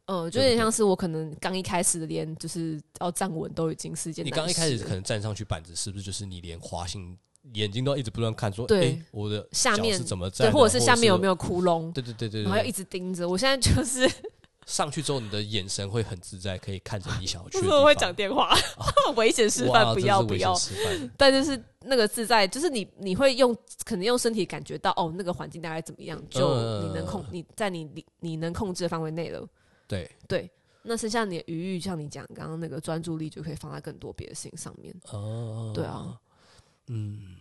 Speaker 2: 嗯，就
Speaker 1: 对
Speaker 2: 有点
Speaker 1: 对
Speaker 2: 像是我可能刚一开始连就是要站稳都已经是一件
Speaker 1: 你
Speaker 2: 难
Speaker 1: 刚一开始
Speaker 2: 事
Speaker 1: 可能站上去板子，是不是就是你连滑行眼睛都要一直不断看说，
Speaker 2: 对
Speaker 1: 诶我的
Speaker 2: 下
Speaker 1: 脚
Speaker 2: 面
Speaker 1: 是怎么站
Speaker 2: 对，
Speaker 1: 的，
Speaker 2: 或者是下面有没
Speaker 1: 有？
Speaker 2: 有窟窿，
Speaker 1: 对对对对
Speaker 2: 然后要一
Speaker 1: 对，
Speaker 2: 直盯着。我现在就是
Speaker 1: 上去之后你的眼神会很自在，可以看着你
Speaker 2: [laughs]
Speaker 1: 想要去
Speaker 2: 为
Speaker 1: 的
Speaker 2: 什
Speaker 1: 地
Speaker 2: 么
Speaker 1: 方。
Speaker 2: 会讲电话？ [laughs] 危险示范
Speaker 1: 哇
Speaker 2: 不
Speaker 1: 真
Speaker 2: 要
Speaker 1: 是
Speaker 2: 不
Speaker 1: 危险
Speaker 2: 要，
Speaker 1: 示范
Speaker 2: 但就是那个自在，就是你你会用可能用身体感觉到哦，那个环境大概怎么样，就
Speaker 1: 嗯
Speaker 2: 你能控、你在你你你能控制的范围内了。 [laughs]
Speaker 1: 对，
Speaker 2: 对，那剩下你的余裕，像你讲刚刚那个专注力，就可以放在更多别的事情上面。
Speaker 1: 哦，
Speaker 2: 对啊，
Speaker 1: 嗯，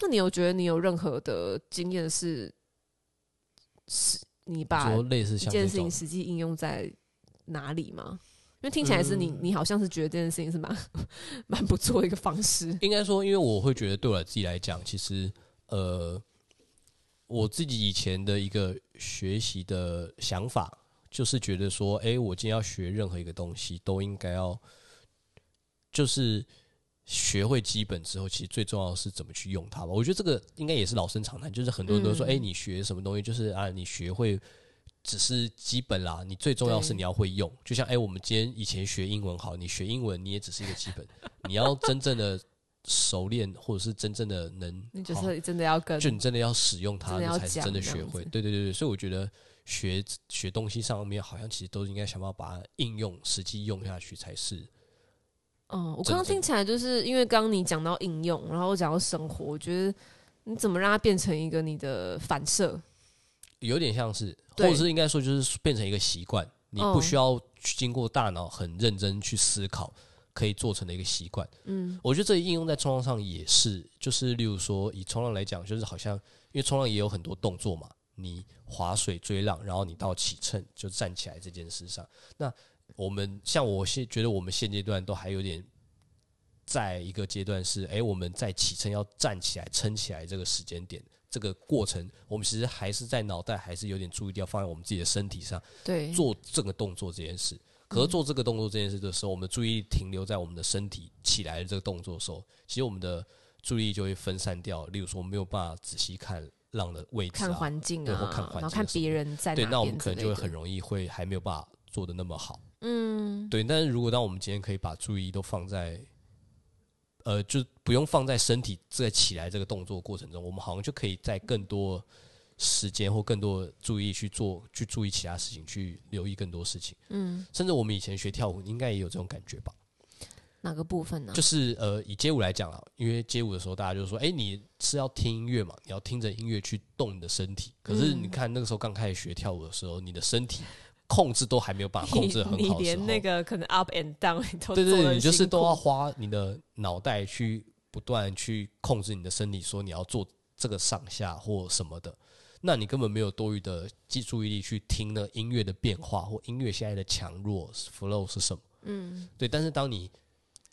Speaker 2: 那你有觉得你有任何的经验是，是你把
Speaker 1: 说类似
Speaker 2: 一
Speaker 1: 像
Speaker 2: 件
Speaker 1: 这
Speaker 2: 事情
Speaker 1: 种，
Speaker 2: 实际应用在哪里吗？因为听起来是你，
Speaker 1: 嗯
Speaker 2: 你好像是觉得这件事情是蛮 [laughs] 蛮不错的一个方式。
Speaker 1: 应该说，因为我会觉得对我自己来讲，其实呃，我自己以前的一个学习的想法，就是觉得说，诶，我今天要学任何一个东西，都应该要就是学会基本之后，其实最重要的是怎么去用它吧。我觉得这个应该也是老生常谈，就是很多人都说，
Speaker 2: 嗯
Speaker 1: 诶，你学什么东西，就是啊，你学会。只是基本啦，你最重要是
Speaker 2: 对
Speaker 1: 你要会用。就像诶，我们今天以前学英文好，你学英文你也只是一个基本，你要真正的熟练，或者是真正的能，
Speaker 2: 你就
Speaker 1: 好
Speaker 2: 是真的要跟
Speaker 1: 就你真的要使用它，
Speaker 2: 真
Speaker 1: 你
Speaker 2: 的要
Speaker 1: 才是真的
Speaker 2: 讲这
Speaker 1: 学
Speaker 2: 样
Speaker 1: 会。
Speaker 2: 子
Speaker 1: 对对对对，所以我觉得学学东西上面，好像其实都应该想办法把它应用、实际用下去才是。
Speaker 2: 嗯，我
Speaker 1: 真
Speaker 2: 刚刚
Speaker 1: 正
Speaker 2: 听起来就是因为刚刚你讲到应用，然后我讲到生活，我觉得你怎么让它变成一个你的反射？
Speaker 1: 有点像是，或
Speaker 2: 对
Speaker 1: 者是应该说，就是变成一个习惯，你不
Speaker 2: 嗯
Speaker 1: 需要去经过大脑很认真去思考，可以做成的一个习惯。
Speaker 2: 嗯，
Speaker 1: 我觉得这应用在冲浪上也是，就是例如说以冲浪来讲，就是好像因为冲浪也有很多动作嘛，你划水追浪，然后你到起乘就站起来这件事上，那我们像我现觉得我们现阶段都还有点在一个阶段是，哎、我们在起撑要站起来撑起来这个时间点。这个过程，我们其实还是在脑袋还是有点注意力要放在我们自己的身体上，
Speaker 2: 对，
Speaker 1: 做这个动作这件事。可是做这个动作这件事的时候，我们注意力停留在我们的身体起来的这个动作的时候，其实我们的注意力就会分散掉。例如说，我们没有办法仔细看浪的位置
Speaker 2: 看
Speaker 1: 啊，
Speaker 2: 环境
Speaker 1: 对
Speaker 2: 啊
Speaker 1: 或，看环
Speaker 2: 然后
Speaker 1: 境
Speaker 2: 看
Speaker 1: 什么
Speaker 2: 别人在
Speaker 1: 对，
Speaker 2: 哪
Speaker 1: 那我
Speaker 2: 边
Speaker 1: 们可能
Speaker 2: 之类
Speaker 1: 就会
Speaker 2: 的
Speaker 1: 很容易会还没有办法做的那么好。
Speaker 2: 嗯，
Speaker 1: 对，但是如果当我们今天可以把注意力都放在，呃，就不用放在身体在起来这个动作过程中，我们好像就可以在更多时间或更多的注意去做，去注意其他事情，去留意更多事情。嗯，甚至我们以前学跳舞，应该也有这种感觉吧？
Speaker 2: 哪个部分呢、 [laughs]
Speaker 1: 就是呃，以街舞来讲啊，因为街舞的时候，大家就说，哎、你是要听音乐嘛，你要听着音乐去动你的身体。可是
Speaker 2: 嗯
Speaker 1: 你看那个时候刚开始学跳舞的时候，你的身体控制都还没有办法控制得很
Speaker 2: 你
Speaker 1: 好的时候，
Speaker 2: 连那个可能 up and down 你都
Speaker 1: 对
Speaker 2: 做
Speaker 1: 对
Speaker 2: 得
Speaker 1: 对，
Speaker 2: 很
Speaker 1: 你就是
Speaker 2: 辛
Speaker 1: 都
Speaker 2: 苦
Speaker 1: 要花你的脑袋去不断去控制你的身体，说你要做这个上下或什么的，那你根本没有多余的记注意力去听那音乐的变化或音乐现在的强弱 flow 是什么。嗯，对。但是当你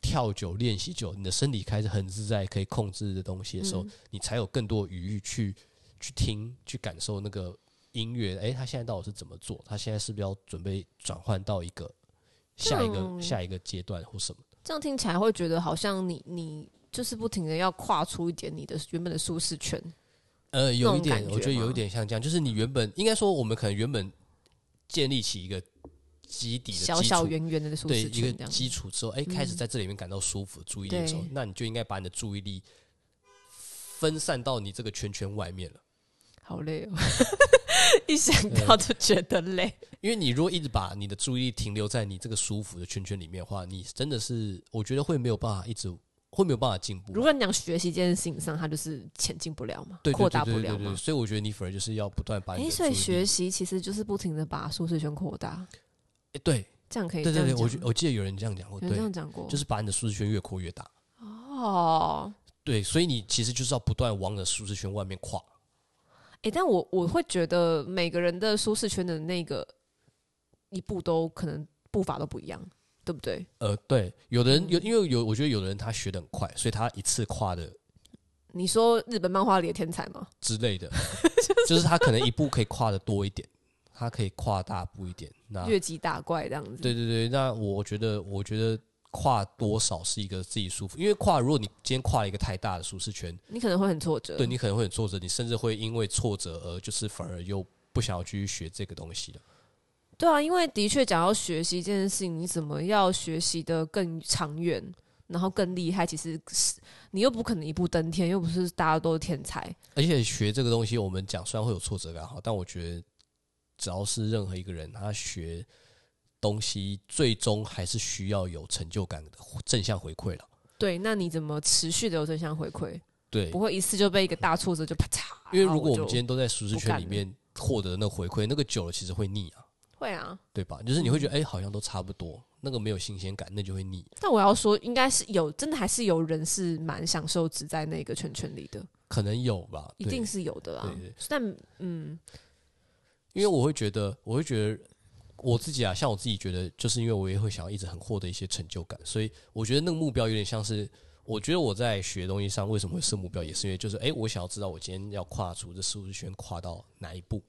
Speaker 1: 跳久练习久，你的身体开始很自在，可以控制的东西的时
Speaker 2: 嗯
Speaker 1: 候，你才有更多的余裕去去听、去感受那个音乐。诶，他现在到底是怎么做？他现在是不是要准备转换到一个下一个、
Speaker 2: 嗯
Speaker 1: 下一个阶段或什么？
Speaker 2: 这样听起来会觉得好像你你就是不停的要跨出一点你的原本的舒适圈。
Speaker 1: 呃，有一
Speaker 2: 那
Speaker 1: 点
Speaker 2: 种感，觉
Speaker 1: 我觉得有
Speaker 2: 吗
Speaker 1: 一点像这样，就是你原本应该说，我们可能原本建立起一个基底的基础，
Speaker 2: 小小圆圆的舒
Speaker 1: 对
Speaker 2: 适
Speaker 1: 一个
Speaker 2: 圈这样嗯子。
Speaker 1: 基础之后，哎、开始在这里面感到舒服、注意力的时候，那你就应该把你的注意力分散到你这个圈圈外面了。
Speaker 2: 好累
Speaker 1: [laughs]
Speaker 2: 哦，一想到就觉得累。
Speaker 1: 因为你如果一直把你的注意力停留在你这个舒服的圈圈里面的话，你真的是我觉得会没有办法一直会没有办法进步啊
Speaker 2: 如。果你讲学习这件事情上，它就是前进不了嘛
Speaker 1: 对，对
Speaker 2: 扩
Speaker 1: 对
Speaker 2: 大
Speaker 1: 对
Speaker 2: 不
Speaker 1: 对
Speaker 2: 了
Speaker 1: 对，
Speaker 2: 嘛。
Speaker 1: 所以我觉得你反而就是要不断把你
Speaker 2: 诶，
Speaker 1: 的注
Speaker 2: 所
Speaker 1: 意
Speaker 2: 以
Speaker 1: 力。
Speaker 2: 学习其实就是不停的把舒适圈扩大，
Speaker 1: 诶对
Speaker 2: 这样可以
Speaker 1: 对
Speaker 2: 这
Speaker 1: 对对，
Speaker 2: 样讲吗。
Speaker 1: 我觉我记得有人这样讲过，
Speaker 2: 有人这
Speaker 1: 对，
Speaker 2: 样讲过，
Speaker 1: 就是把你的舒适圈越扩越大。
Speaker 2: 哦，
Speaker 1: 对，所以你其实就是要不断往你的舒适圈外面跨。
Speaker 2: 诶，但我我会觉得每个人的舒适圈的那个一步都可能步伐都不一样，对不对？
Speaker 1: 呃，对，有的人
Speaker 2: 嗯
Speaker 1: 有，因为有，我觉得有的人他学的很快，所以他一次跨的
Speaker 2: 你说日本漫画里的天才吗？
Speaker 1: 之类
Speaker 2: [laughs]
Speaker 1: 的，就是他可能一步可以跨的多一点，他可以跨大步一点。那
Speaker 2: 越级打怪这样子，
Speaker 1: 啊对对对，那我觉得，我觉得跨多少是一个自己舒服，因为跨，如果你今天跨了一个太大的舒适圈，
Speaker 2: 你可能会很挫折。
Speaker 1: 对你可能会很挫折，你甚至会因为挫折而就是反而又不想要继续学这个东西了。
Speaker 2: 对啊，因为的确讲到学习这件事情，你怎么要学习的更长远，然后更厉害？其实是你又不可能一步登天，又不是大家都是天才。
Speaker 1: 而且学这个东西，我们讲虽然会有挫折感哈，但我觉得只要是任何一个人，他学东西最终还是需要有成就感的正向回馈了。
Speaker 2: 对，那你怎么持续的有正向回馈？
Speaker 1: 对
Speaker 2: 不，会一次就被一个大挫折就啪嚓。
Speaker 1: 因为如果我们
Speaker 2: 然后
Speaker 1: 今
Speaker 2: 就
Speaker 1: 天都在舒适
Speaker 2: 不
Speaker 1: 圈
Speaker 2: 干
Speaker 1: 里面获得那个回馈，那个久了其实会腻啊，
Speaker 2: 会啊，
Speaker 1: 对吧？就是你会觉
Speaker 2: 嗯
Speaker 1: 得哎、好像都差不多，那个没有新鲜感，那就会腻。
Speaker 2: 但我要说，应该是有，真的还是有人是蛮享受只在那个圈圈里的，
Speaker 1: 可能有吧，
Speaker 2: 一
Speaker 1: 对
Speaker 2: 定是有的啦
Speaker 1: 对对。
Speaker 2: 但嗯，
Speaker 1: 因为我会觉得，我会觉得我自己啊，像我自己觉得，就是因为我也会想要一直很获得一些成就感，所以我觉得那个目标有点像是，我觉得我在学东西上为什么会设目标，也是因为就是，哎、我想要知道我今天要跨出这舒适圈，跨到哪一步。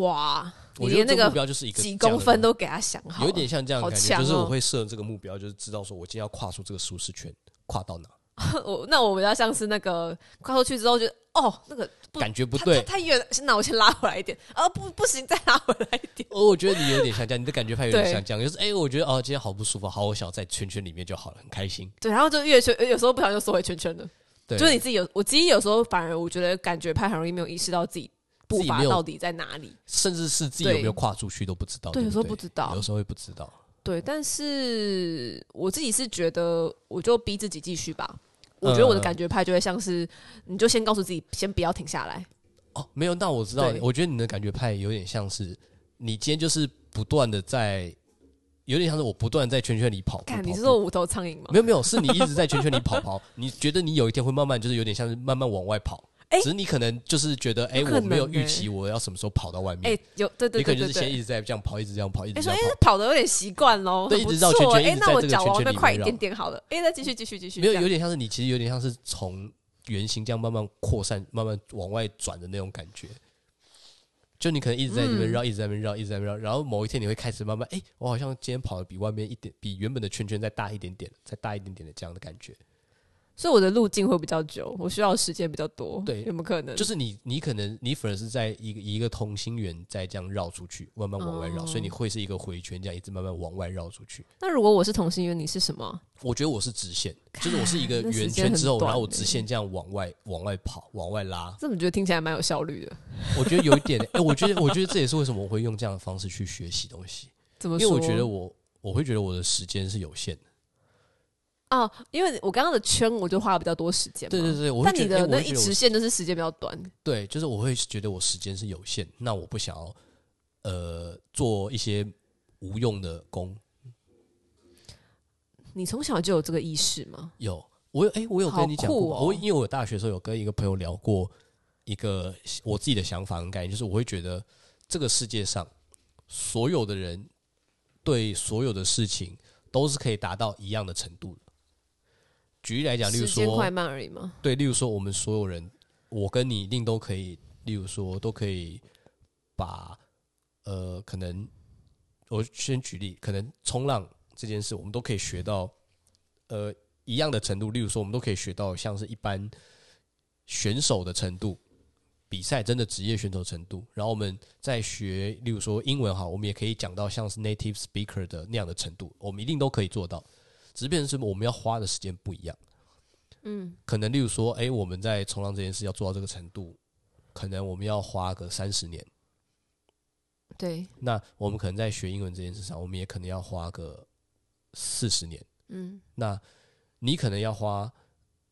Speaker 2: 哇，你
Speaker 1: 我觉得
Speaker 2: 连
Speaker 1: 这
Speaker 2: 那
Speaker 1: 个目
Speaker 2: 个
Speaker 1: 标就是一个
Speaker 2: 几
Speaker 1: 这样的
Speaker 2: 公分
Speaker 1: 目标
Speaker 2: 都给他想好了，
Speaker 1: 有一点像这样的
Speaker 2: 好
Speaker 1: 感觉，
Speaker 2: 强
Speaker 1: 就是我
Speaker 2: 哦
Speaker 1: 会设这个目标，就是知道说我今天要跨出这个舒适圈，跨到哪，
Speaker 2: [laughs] 我那我比较像是那个跨出去之后就哦，那个不
Speaker 1: 感觉不
Speaker 2: 他
Speaker 1: 对
Speaker 2: 他。太远了，那我先拉回来一点，啊不不行，再拉回来一点。
Speaker 1: 哦，我觉得你有点像这样，你的感觉派有点
Speaker 2: 对
Speaker 1: 像这样，就是哎、我觉得哦，今天好不舒服，好，我想要在圈圈里面就好了，很开心。
Speaker 2: 对，然后就越圈，有时候不小心就缩回圈圈了。
Speaker 1: 对，
Speaker 2: 就是你自己有，我自己有时候反而我觉得感觉派很容易没有意识到自己步
Speaker 1: 自己
Speaker 2: 伐
Speaker 1: 没有
Speaker 2: 到底在哪里。
Speaker 1: 甚至是自己有没有
Speaker 2: 对
Speaker 1: 跨出去都不知道。
Speaker 2: 对，
Speaker 1: 对，
Speaker 2: 有时候不知道
Speaker 1: 有。时候会不知道。
Speaker 2: 对，但是我自己是觉得，我就逼自己继续吧。我觉得我的
Speaker 1: 嗯
Speaker 2: 感觉派就会像是，你就先告诉自己，先不要停下来。
Speaker 1: 哦，没有，那我知道
Speaker 2: 对。
Speaker 1: 我觉得你的感觉派有点像是，你今天就是不断的在，有点像是我不断地在圈圈里跑步。跑
Speaker 2: 看，你是
Speaker 1: 步
Speaker 2: 说无头苍蝇吗？
Speaker 1: 没有没有，是你一直在圈圈里跑跑，你觉得你有一天会慢慢就是有点像是慢慢往外
Speaker 2: [laughs]
Speaker 1: 跑，
Speaker 2: 哎
Speaker 1: 只是你可能就是觉得哎、
Speaker 2: 有可
Speaker 1: 我没有
Speaker 2: 能
Speaker 1: 预
Speaker 2: 欸
Speaker 1: 期我要什么时候跑到外面，
Speaker 2: 哎，有对对
Speaker 1: 你可
Speaker 2: 对
Speaker 1: 能就
Speaker 2: 对
Speaker 1: 是先一
Speaker 2: 对。
Speaker 1: 直在这样跑，一直这样跑，一直
Speaker 2: 哎，
Speaker 1: 这
Speaker 2: 说
Speaker 1: 样
Speaker 2: 哎
Speaker 1: 跑。，
Speaker 2: 跑的有点习惯喽，
Speaker 1: 对
Speaker 2: 很
Speaker 1: 一
Speaker 2: 不
Speaker 1: 直绕圈
Speaker 2: 错
Speaker 1: 圈
Speaker 2: 哎
Speaker 1: 一，直
Speaker 2: 那
Speaker 1: 在
Speaker 2: 我
Speaker 1: 这个
Speaker 2: 脚
Speaker 1: 圈
Speaker 2: 往
Speaker 1: 圈
Speaker 2: 那
Speaker 1: 里
Speaker 2: 快
Speaker 1: 围
Speaker 2: 一
Speaker 1: 绕
Speaker 2: 点点好了。哎，那继续继续继续。
Speaker 1: 没有，
Speaker 2: 这样
Speaker 1: 有点像是你其实有点像是从圆形这样慢慢扩散、慢慢往外转的那种感觉。就你可能一直在那
Speaker 2: 嗯
Speaker 1: 边绕，一直在那边绕，一直在那边绕，然后某一天你会开始慢慢，哎、我好像今天跑的比外面一点，比原本的圈圈再大一点点，再大一点点的这样的感觉。
Speaker 2: 所以我的路径会比较久，我需要的时间比较多。
Speaker 1: 对
Speaker 2: 有没有可能？
Speaker 1: 就是是你，你可能你反而是在一个一个同心圆再这样绕出去，慢慢往外绕，
Speaker 2: 哦
Speaker 1: 所以你会是一个回圈，这样一直慢慢往外绕出去。
Speaker 2: 那如果我是同心圆，你是什么？
Speaker 1: 我觉得我是直线，就是我是一个
Speaker 2: 那时
Speaker 1: 圆
Speaker 2: 间
Speaker 1: 圈之后，
Speaker 2: 很短
Speaker 1: 然后我
Speaker 2: 欸
Speaker 1: 直线这样往外往外跑，往外拉，
Speaker 2: 这么觉得听起来蛮有效率的。
Speaker 1: 我觉得有一点、欸，哎、我觉得，我觉得这也是为什么我会用这样的方式去学习东西，
Speaker 2: 怎么
Speaker 1: 因
Speaker 2: 说？
Speaker 1: 为我觉得我我会觉得我的时间是有限的。
Speaker 2: 哦，因为我刚刚的圈我就花了比较多时间嘛。
Speaker 1: 对对对，我会
Speaker 2: 但
Speaker 1: 觉
Speaker 2: 你
Speaker 1: 得，
Speaker 2: 的
Speaker 1: 欸我
Speaker 2: 那
Speaker 1: 会觉
Speaker 2: 一
Speaker 1: 得我
Speaker 2: 直线就是时间比较短，
Speaker 1: 对，就是我会觉得我时间是有限，那我不想要呃做一些无用的工。
Speaker 2: 你从小就有这个意识吗？
Speaker 1: 有我有哎、我有
Speaker 2: 好
Speaker 1: 跟你讲过吧，
Speaker 2: 酷哦
Speaker 1: 我因为我大学的时候有跟一个朋友聊过一个我自己的想法跟概念，就是我会觉得这个世界上所有的人对所有的事情都是可以达到一样的程度的。举例来讲，例如
Speaker 2: 时间快
Speaker 1: 说，
Speaker 2: 慢而已吗？
Speaker 1: 对，例如说我们所有人，我跟你一定都可以，例如说都可以把呃，可能我先举例，可能冲浪这件事，我们都可以学到呃一样的程度，例如说我们都可以学到像是一般选手的程度，比赛真的职业选手程度。然后我们在学，例如说英文哈，我们也可以讲到像是 native speaker 的那样的程度，我们一定都可以做到，只是变成是我们要花的时间不一样。
Speaker 2: 嗯，
Speaker 1: 可能例如说，哎、我们在冲浪这件事要做到这个程度，可能我们要花个三十年。
Speaker 2: 对，
Speaker 1: 那我们可能在学英文这件事上，我们也可能要花个四十年。
Speaker 2: 嗯
Speaker 1: 那你可能要花，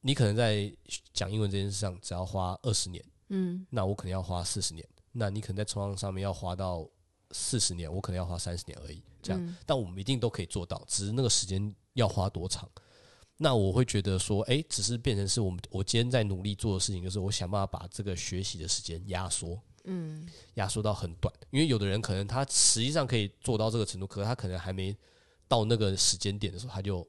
Speaker 1: 你可能在讲英文这件事上只要花二十年，
Speaker 2: 嗯
Speaker 1: 那我可能要花四十年。那你可能在冲浪上面要花到四十年，我可能要花三十年而已。这样，
Speaker 2: 嗯
Speaker 1: 但我们一定都可以做到，只是那个时间要花多长。那我会觉得说，哎、只是变成是我们我今天在努力做的事情，就是我想办法把这个学习的时间压缩。
Speaker 2: 嗯
Speaker 1: 压缩到很短，因为有的人可能他实际上可以做到这个程度，可是他可能还没到那个时间点的时候，他就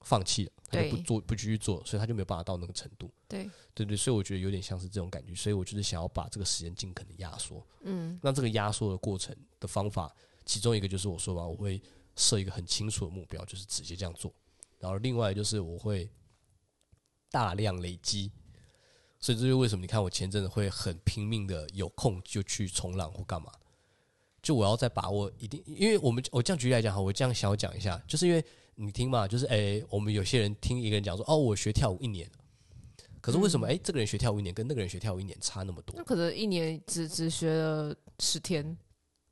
Speaker 1: 放弃了，他就不
Speaker 2: 对
Speaker 1: 做不继续做，所以他就没有办法到那个程度。
Speaker 2: 对，
Speaker 1: 对对，所以我觉得有点像是这种感觉，所以我就是想要把这个时间尽可能压缩。
Speaker 2: 嗯
Speaker 1: 那这个压缩的过程的方法，其中一个就是我说吧，我会设一个很清楚的目标，就是直接这样做。然后另外就是我会大量累积，所以这就是为什么你看我前阵子会很拼命的有空就去冲浪或干嘛，就我要再把握一定，因为我们我这样举例来讲哈，我这样想要讲一下，就是因为你听嘛，就是诶、我们有些人听一个人讲说哦，我学跳舞一年，可是为什么诶、这个人学跳舞一年跟那个人学跳舞一年差那么多
Speaker 2: 那？可能一年只只学了十天，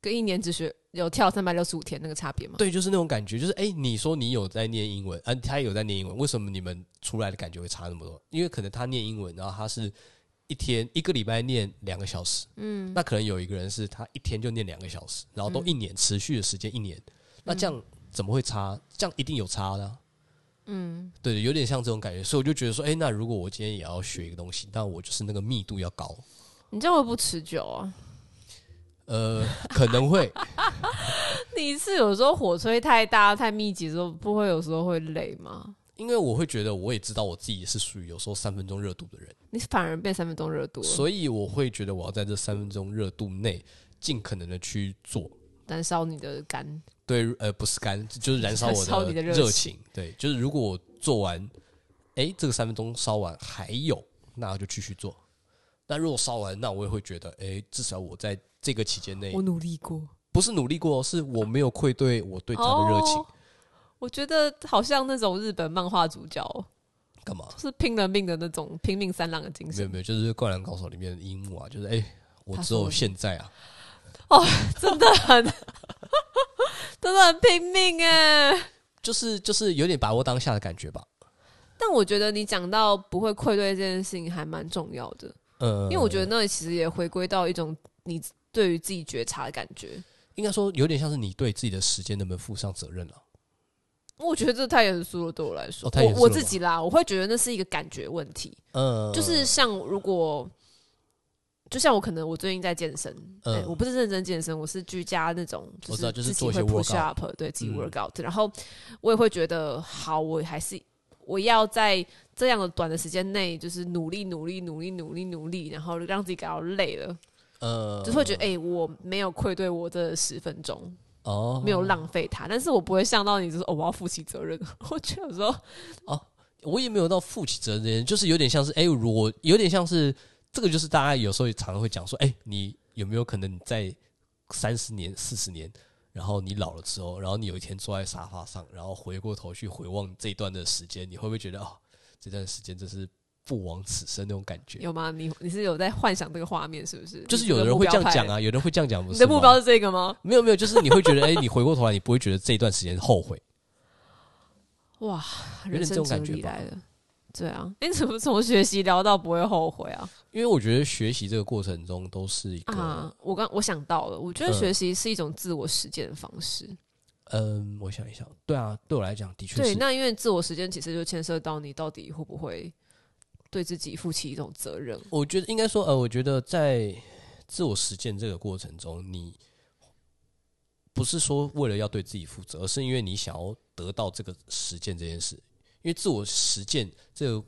Speaker 2: 跟一年只学有跳三百六十五天那个差别吗？
Speaker 1: 对，就是那种感觉，就是哎、诶你说你有在念英文，啊，他也有在念英文，为什么你们出来的感觉会差那么多？因为可能他念英文，然后他是一天一个礼拜念两个小时，嗯，那可能有一个人是他一天就念两个小时，然后都一年、持续的时间一年，那这样怎么会差？这样一定有差的啊、
Speaker 2: 嗯
Speaker 1: 对，有点像这种感觉，所以我就觉得说，哎、那如果我今天也要学一个东西，那我就是那个密度要高，
Speaker 2: 你这样会不持久啊？ [laughs]
Speaker 1: 呃，可能会，
Speaker 2: 你是有时候火吹太大、太密集的时候，不会有时候会累吗？
Speaker 1: 因为我会觉得我也知道我自己是属于有时候三分钟热度的人。
Speaker 2: 你反而变三分钟热度了，
Speaker 1: 所以我会觉得我要在这三分钟热度内尽可能的去做。
Speaker 2: 燃烧你的肝。
Speaker 1: 对，呃，不是干，就是燃
Speaker 2: [laughs]
Speaker 1: 烧
Speaker 2: 烧
Speaker 1: 我
Speaker 2: 你
Speaker 1: 的
Speaker 2: 的热
Speaker 1: 热情。对，就是如果我做完，哎，这个三分钟烧完还有，那就继续做。那如果烧完，那我也会觉得，哎，至少我在这个期间内
Speaker 2: 我努力过，
Speaker 1: 不是努力过，是我没有愧对我对他的热情
Speaker 2: 哦。我觉得好像那种日本漫画主角哦，
Speaker 1: 干嘛？
Speaker 2: 就是拼了命的那种拼命三郎的精
Speaker 1: 没有
Speaker 2: 神。
Speaker 1: 没有，就是《灌篮高手》里面的樱木啊，就是哎，我
Speaker 2: 他
Speaker 1: 只
Speaker 2: 说
Speaker 1: 有
Speaker 2: 的
Speaker 1: 现在啊，
Speaker 2: 真的很， [laughs] 真的很拼命哎、
Speaker 1: 就是就是有点把握当下的感觉吧。
Speaker 2: 但我觉得你讲到不会愧对这件事情还蛮重要的，
Speaker 1: 呃，
Speaker 2: 因为我觉得那其实也回归到一种你对于自己觉察的感觉。
Speaker 1: 应该说有点像是你对自己的时间能不能负上责任啊了、
Speaker 2: 我觉得这太严肃了，对我来说，
Speaker 1: 哦太严肃
Speaker 2: 我我
Speaker 1: 了
Speaker 2: 自
Speaker 1: 吗
Speaker 2: 己啦，我会觉得那是一个感觉问题。
Speaker 1: 嗯，
Speaker 2: 就是像如果，就像我可能我最近在健身，
Speaker 1: 嗯
Speaker 2: 哎我不是认真健身，我是居家那种，
Speaker 1: 我知道就是
Speaker 2: 自己
Speaker 1: 做一些
Speaker 2: 会 push
Speaker 1: workout
Speaker 2: up，对自己
Speaker 1: 嗯
Speaker 2: workout，、然后我也会觉得好，我还是我要在这样的短的时间内，就是努力努力努力努力努力，然后让自己感到累了，
Speaker 1: 呃
Speaker 2: 就是会觉得哎、我没有愧对我这十分钟，
Speaker 1: 哦
Speaker 2: 没有浪费它，但是我不会想到你就是哦，我要负起责任， [laughs] 我觉得说
Speaker 1: 哦，我也没有到负起责任，就是有点像是哎、如果有点像是这个，就是大家有时候也常常会讲说，哎、你有没有可能你在三十年、四十年，然后你老了之后，然后你有一天坐在沙发上，然后回过头去回望这段的时间，你会不会觉得哦，这段时间真是不枉此生那种感觉？
Speaker 2: 有吗？你你是有在幻想这个画面是不是？
Speaker 1: 就是
Speaker 2: 你这
Speaker 1: 有
Speaker 2: 个
Speaker 1: 的人
Speaker 2: 目
Speaker 1: 会
Speaker 2: 标
Speaker 1: 这样
Speaker 2: 派
Speaker 1: 讲啊，有的人会这样讲，不是
Speaker 2: 你的目
Speaker 1: 吗
Speaker 2: 标是这个吗？
Speaker 1: 没有没有，就是你会觉得，哎、你回过头来，你不会觉得这一段时间后悔。
Speaker 2: 哇，
Speaker 1: 有
Speaker 2: 人
Speaker 1: 点这
Speaker 2: 生
Speaker 1: 种
Speaker 2: 哲
Speaker 1: 感觉
Speaker 2: 理
Speaker 1: 吧
Speaker 2: 来了。对啊，你怎么从学习聊到不会后悔
Speaker 1: [laughs]
Speaker 2: 啊？
Speaker 1: 因为我觉得学习这个过程中都是一个，
Speaker 2: 啊，我刚我想到了，我觉得
Speaker 1: 嗯
Speaker 2: 学习是一种自我实践的方式。
Speaker 1: 嗯、我想一想，对啊，对我来讲的确
Speaker 2: 对，
Speaker 1: 是，
Speaker 2: 那因为自我实践其实就牵涉到你到底会不会对自己负起一种责任。
Speaker 1: 我觉得应该说，呃，我觉得在自我实践这个过程中，你不是说为了要对自己负责，而是因为你想要得到这个实践这件事。因为自我实践这个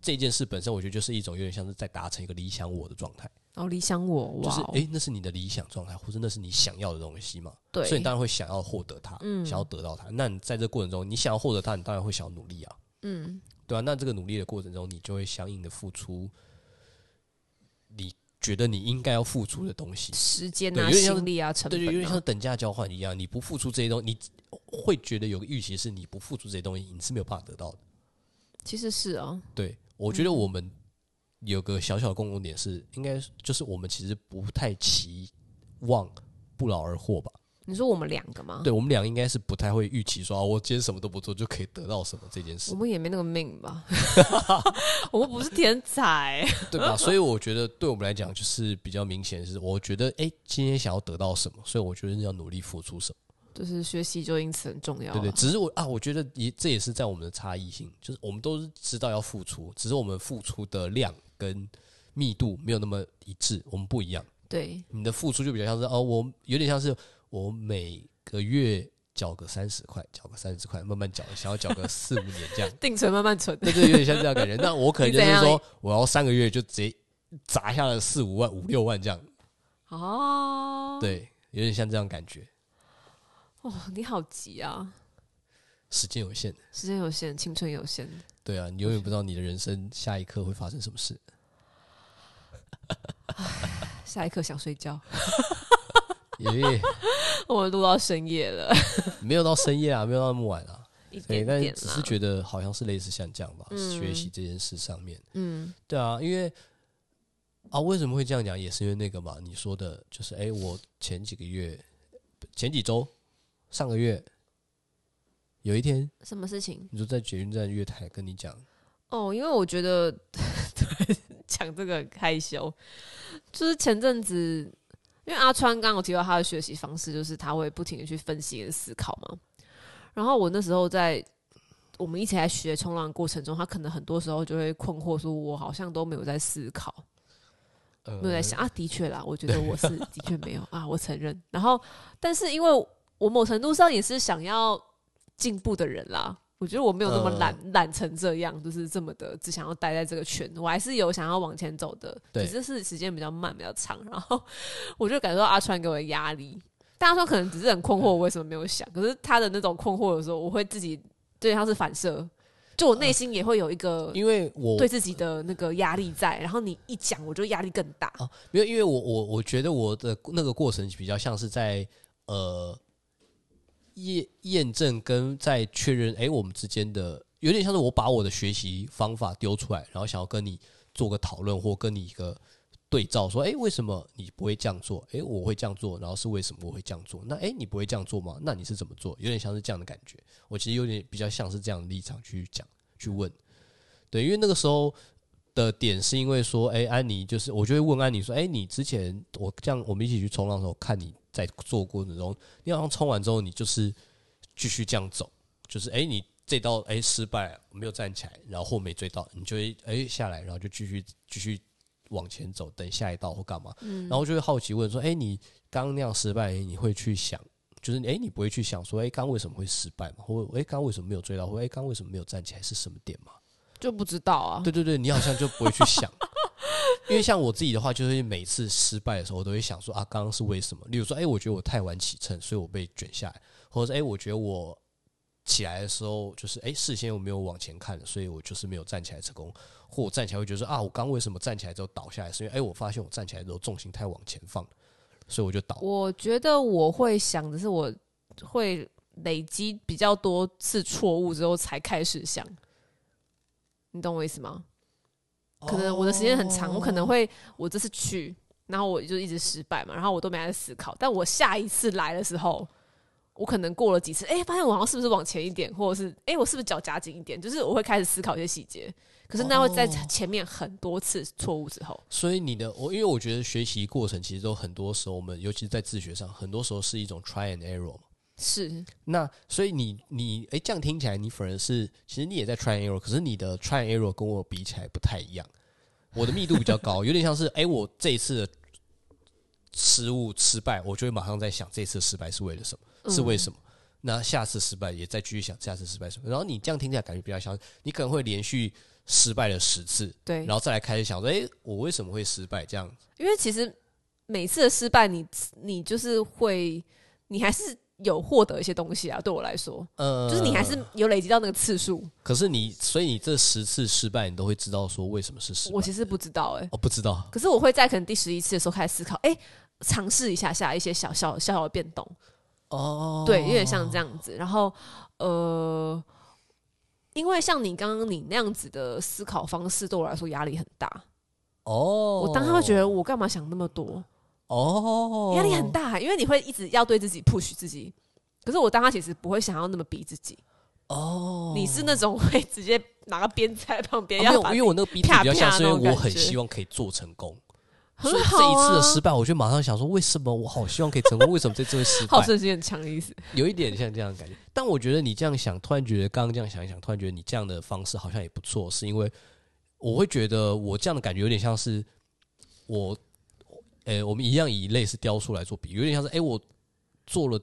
Speaker 1: 这件事本身，我觉得就是一种有点像是在达成一个理想我的状态。
Speaker 2: 然后理想我
Speaker 1: 就
Speaker 2: 哇
Speaker 1: 是
Speaker 2: 哦，
Speaker 1: 诶，那是你的理想状态，或者那是你想要的东西嘛？所以
Speaker 2: 对
Speaker 1: 你，当然会想要获得它，
Speaker 2: 嗯
Speaker 1: 想要得到它。那你在这过程中，你想要获得它，你当然会想要努力啊，
Speaker 2: 嗯，
Speaker 1: 对啊。那这个努力的过程中，你就会相应的付出，你觉得你应该要付出的东西，
Speaker 2: 时间
Speaker 1: 对
Speaker 2: 啊、
Speaker 1: 有点像是
Speaker 2: 心力啊、成
Speaker 1: 对，
Speaker 2: 本、啊，
Speaker 1: 就有点像等价交换一样。你不付出这些东西，你会觉得有个预期是你不付出这些东西，你是没有办法得到的。
Speaker 2: 其实是哦，
Speaker 1: 对，我觉得我们有个小小的共同点是，应该就是我们其实不太期望不劳而获吧。
Speaker 2: 你说我们两个吗？
Speaker 1: 对我们俩应该是不太会预期说、啊，我今天什么都不做就可以得到什么这件事
Speaker 2: 我，们也没那个命吧， [laughs] 我们不是天才，
Speaker 1: [laughs] 对 [laughs] 吧？所以我觉得对我们来讲就是比较明显的是，我觉得哎、诶今天想要得到什么，所以我觉得要努力付出什么。
Speaker 2: 就是学习就因此很重要、啊。
Speaker 1: 对对，只是我啊，我觉得也这也是在我们的差异性，就是我们都是知道要付出，只是我们付出的量跟密度没有那么一致，我们不一样。
Speaker 2: 对
Speaker 1: 你的付出就比较像是哦，我有点像是我每个月缴个三十块，缴个三十块，慢慢缴，想要缴个四五年这样。
Speaker 2: 定存慢慢存，
Speaker 1: 对对，有点像这样的感觉。那我可能就是
Speaker 2: 你怎
Speaker 1: 说
Speaker 2: 样，
Speaker 1: 我要三个月就直接砸下了四五万、五六万这样，
Speaker 2: 哦，，
Speaker 1: 对，有点像这样感觉。
Speaker 2: 哦，你好急啊，
Speaker 1: 时间有限，
Speaker 2: 时间有限，青春有限，
Speaker 1: 对啊，你永远不知道你的人生下一刻会发生什么事。
Speaker 2: 下一刻想睡觉，
Speaker 1: 也
Speaker 2: [laughs] 我们录到深夜了，
Speaker 1: 没有到深夜啊，没有到那么晚啊，
Speaker 2: 一
Speaker 1: 对，
Speaker 2: 点
Speaker 1: 但
Speaker 2: 点
Speaker 1: 只
Speaker 2: 啦
Speaker 1: 是，觉得好像是类似像这样吧，
Speaker 2: 嗯
Speaker 1: 学习这件事上面，
Speaker 2: 嗯，
Speaker 1: 对啊，因为啊，为什么会这样讲，也是因为那个嘛，你说的就是，哎、我前几个月、前几周、上个月，有一天
Speaker 2: 什么事情？
Speaker 1: 你就在捷运站月台跟你讲，
Speaker 2: 哦，因为我觉得 [laughs] 对讲这个很害羞，就是前阵子，因为阿川刚刚有提到他的学习方式，就是他会不停的去分析跟思考嘛。然后我那时候在我们一起在学冲浪的过程中，他可能很多时候就会困惑，说我好像都没有在思考，
Speaker 1: 呃，
Speaker 2: 没有在想啊。的确啦，我觉得我是的确没有啊，我承认。然后，但是因为我某程度上也是想要进步的人啦，我觉得我没有那
Speaker 1: 呃
Speaker 2: 么懒懒、成这样，就是这么的只想要待在这个圈，我还是有想要往前走的，
Speaker 1: 对
Speaker 2: 只是是时间比较慢，比较长。然后我就感受到阿川给我的压力。但阿川可能只是很
Speaker 1: 嗯
Speaker 2: 困惑，我为什么没有想？可是他的那种困惑，有时候我会自己对他是反射，就我
Speaker 1: 嗯
Speaker 2: 内心也会有一个
Speaker 1: 因为我
Speaker 2: 对自己的那个压力在。然后你一讲，我就压力更大。
Speaker 1: 啊，没有，因为我我我觉得我的那个过程比较像是在呃验验证跟在确认，哎、我们之间的有点像是我把我的学习方法丢出来，然后想要跟你做个讨论或跟你一个对照，说，哎、为什么你不会这样做？哎、我会这样做，然后是为什么我会这样做？那哎、诶你不会这样做吗？那你是怎么做？有点像是这样的感觉。我其实有点比较像是这样的立场去讲去问，对，因为那个时候的点是因为说，哎、安妮就是，我就会问安妮说，哎、你之前我这样我们一起去冲浪的时候，看你在做过程中，你好像冲完之后，你就是继续这样走，就是哎、你这道哎、失败了没有站起来，然后后没追到，你就会哎、下来，然后就继续继续往前走，等下一道或干嘛，然后就会好奇问说，哎、你刚刚那样失败，你会去想。就是哎、你不会去想说，哎、刚刚为什么会失败嘛？或哎，刚刚为什么没有追到？或哎，刚刚为什么没有站起来？是什么点嘛？
Speaker 2: 就不知道啊。
Speaker 1: 对对对，你好像就不会去想， [laughs] 因为像我自己的话，就是每次失败的时候，我都会想说啊，刚刚是为什么？例如说，哎、我觉得我太晚起秤，所以我被卷下来，或者是哎、我觉得我起来的时候，就是哎、事先我没有往前看，所以我就是没有站起来成功，或我站起来会觉得说啊，我刚为什么站起来之后倒下来？是因为哎、我发现我站起来之后重心太往前放了，所以我就倒。
Speaker 2: 我觉得我会想的是，我会累积比较多次错误之后才开始想，你懂我意思吗？
Speaker 1: 哦
Speaker 2: 可能我的时间很长，我可能会我这次去，然后我就一直失败嘛，然后我都没在思考。但我下一次来的时候，我可能过了几次，哎、发现我好像是不是往前一点，或者是哎、我是不是脚夹紧一点？就是我会开始思考一些细节。可是那会在
Speaker 1: 哦
Speaker 2: 前面很多次错误之后，
Speaker 1: 所以你的我，因为我觉得学习过程其实都很多时候，我们尤其是在自学上，很多时候是一种 try and error 嘛。
Speaker 2: 是
Speaker 1: 那所以你你诶，这样听起来你反而是其实你也在 try and error，可是你的 try and error 跟我比起来不太一样，我的密度比较高，有点像是诶，我这一次的
Speaker 2: 嗯
Speaker 1: 失误失败，我就会马上在想这次失败是为了什么，是为什么。那下次失败也再继续想下次失败什么。然后你这样听起来感觉比较像，你可能会连续失败了十次，
Speaker 2: 对
Speaker 1: 然，后再来开始想说，哎、我为什么会失败？这样
Speaker 2: 因为其实每次的失败你，你就是会，你还是有获得一些东西啊。对我来说，
Speaker 1: 呃，
Speaker 2: 就是你还是有累积到那个次数。
Speaker 1: 可是你，所以你这十次失败，你都会知道说为什么是失败。
Speaker 2: 我其实不知道哎、
Speaker 1: 哦，不知道
Speaker 2: 可是我会在可能第十一次的时候开始思考，哎、尝试一下下一些小小小小的变动，
Speaker 1: 哦，
Speaker 2: 对，有点像这样子。然后呃，因为像你刚刚你那样子的思考方式，对我来说压力很大。
Speaker 1: 哦，
Speaker 2: 我当他会觉得我干嘛想那么多，
Speaker 1: 哦，
Speaker 2: 压力很，大，欸因为你会一直要对自己 push 自己。可是我当他其实不会想要那么逼自己，
Speaker 1: 哦，
Speaker 2: 你是那种会直接拿个鞭子在旁边
Speaker 1: 啊没
Speaker 2: 要
Speaker 1: 有，
Speaker 2: 把
Speaker 1: 因为我那个逼自己比较像是因
Speaker 2: 啪啪那种
Speaker 1: 为我
Speaker 2: 感觉
Speaker 1: 很希望可以做成功，
Speaker 2: 很
Speaker 1: 所以
Speaker 2: 好啊
Speaker 1: 这
Speaker 2: [laughs]
Speaker 1: 一次的失败，我就马上想说，为什么我好希望可以成功，为什么这次会失败
Speaker 2: 好？胜心很强的意思。
Speaker 1: 有一点像这样的感觉。但我觉得你这样想，突然觉得刚刚这样想一想，突然觉得你这样的方式好像也不错，是因为我会觉得我这样的感觉有点像是我，呃、我们一样以类似雕塑来做比喻，有点像是哎、诶我做了。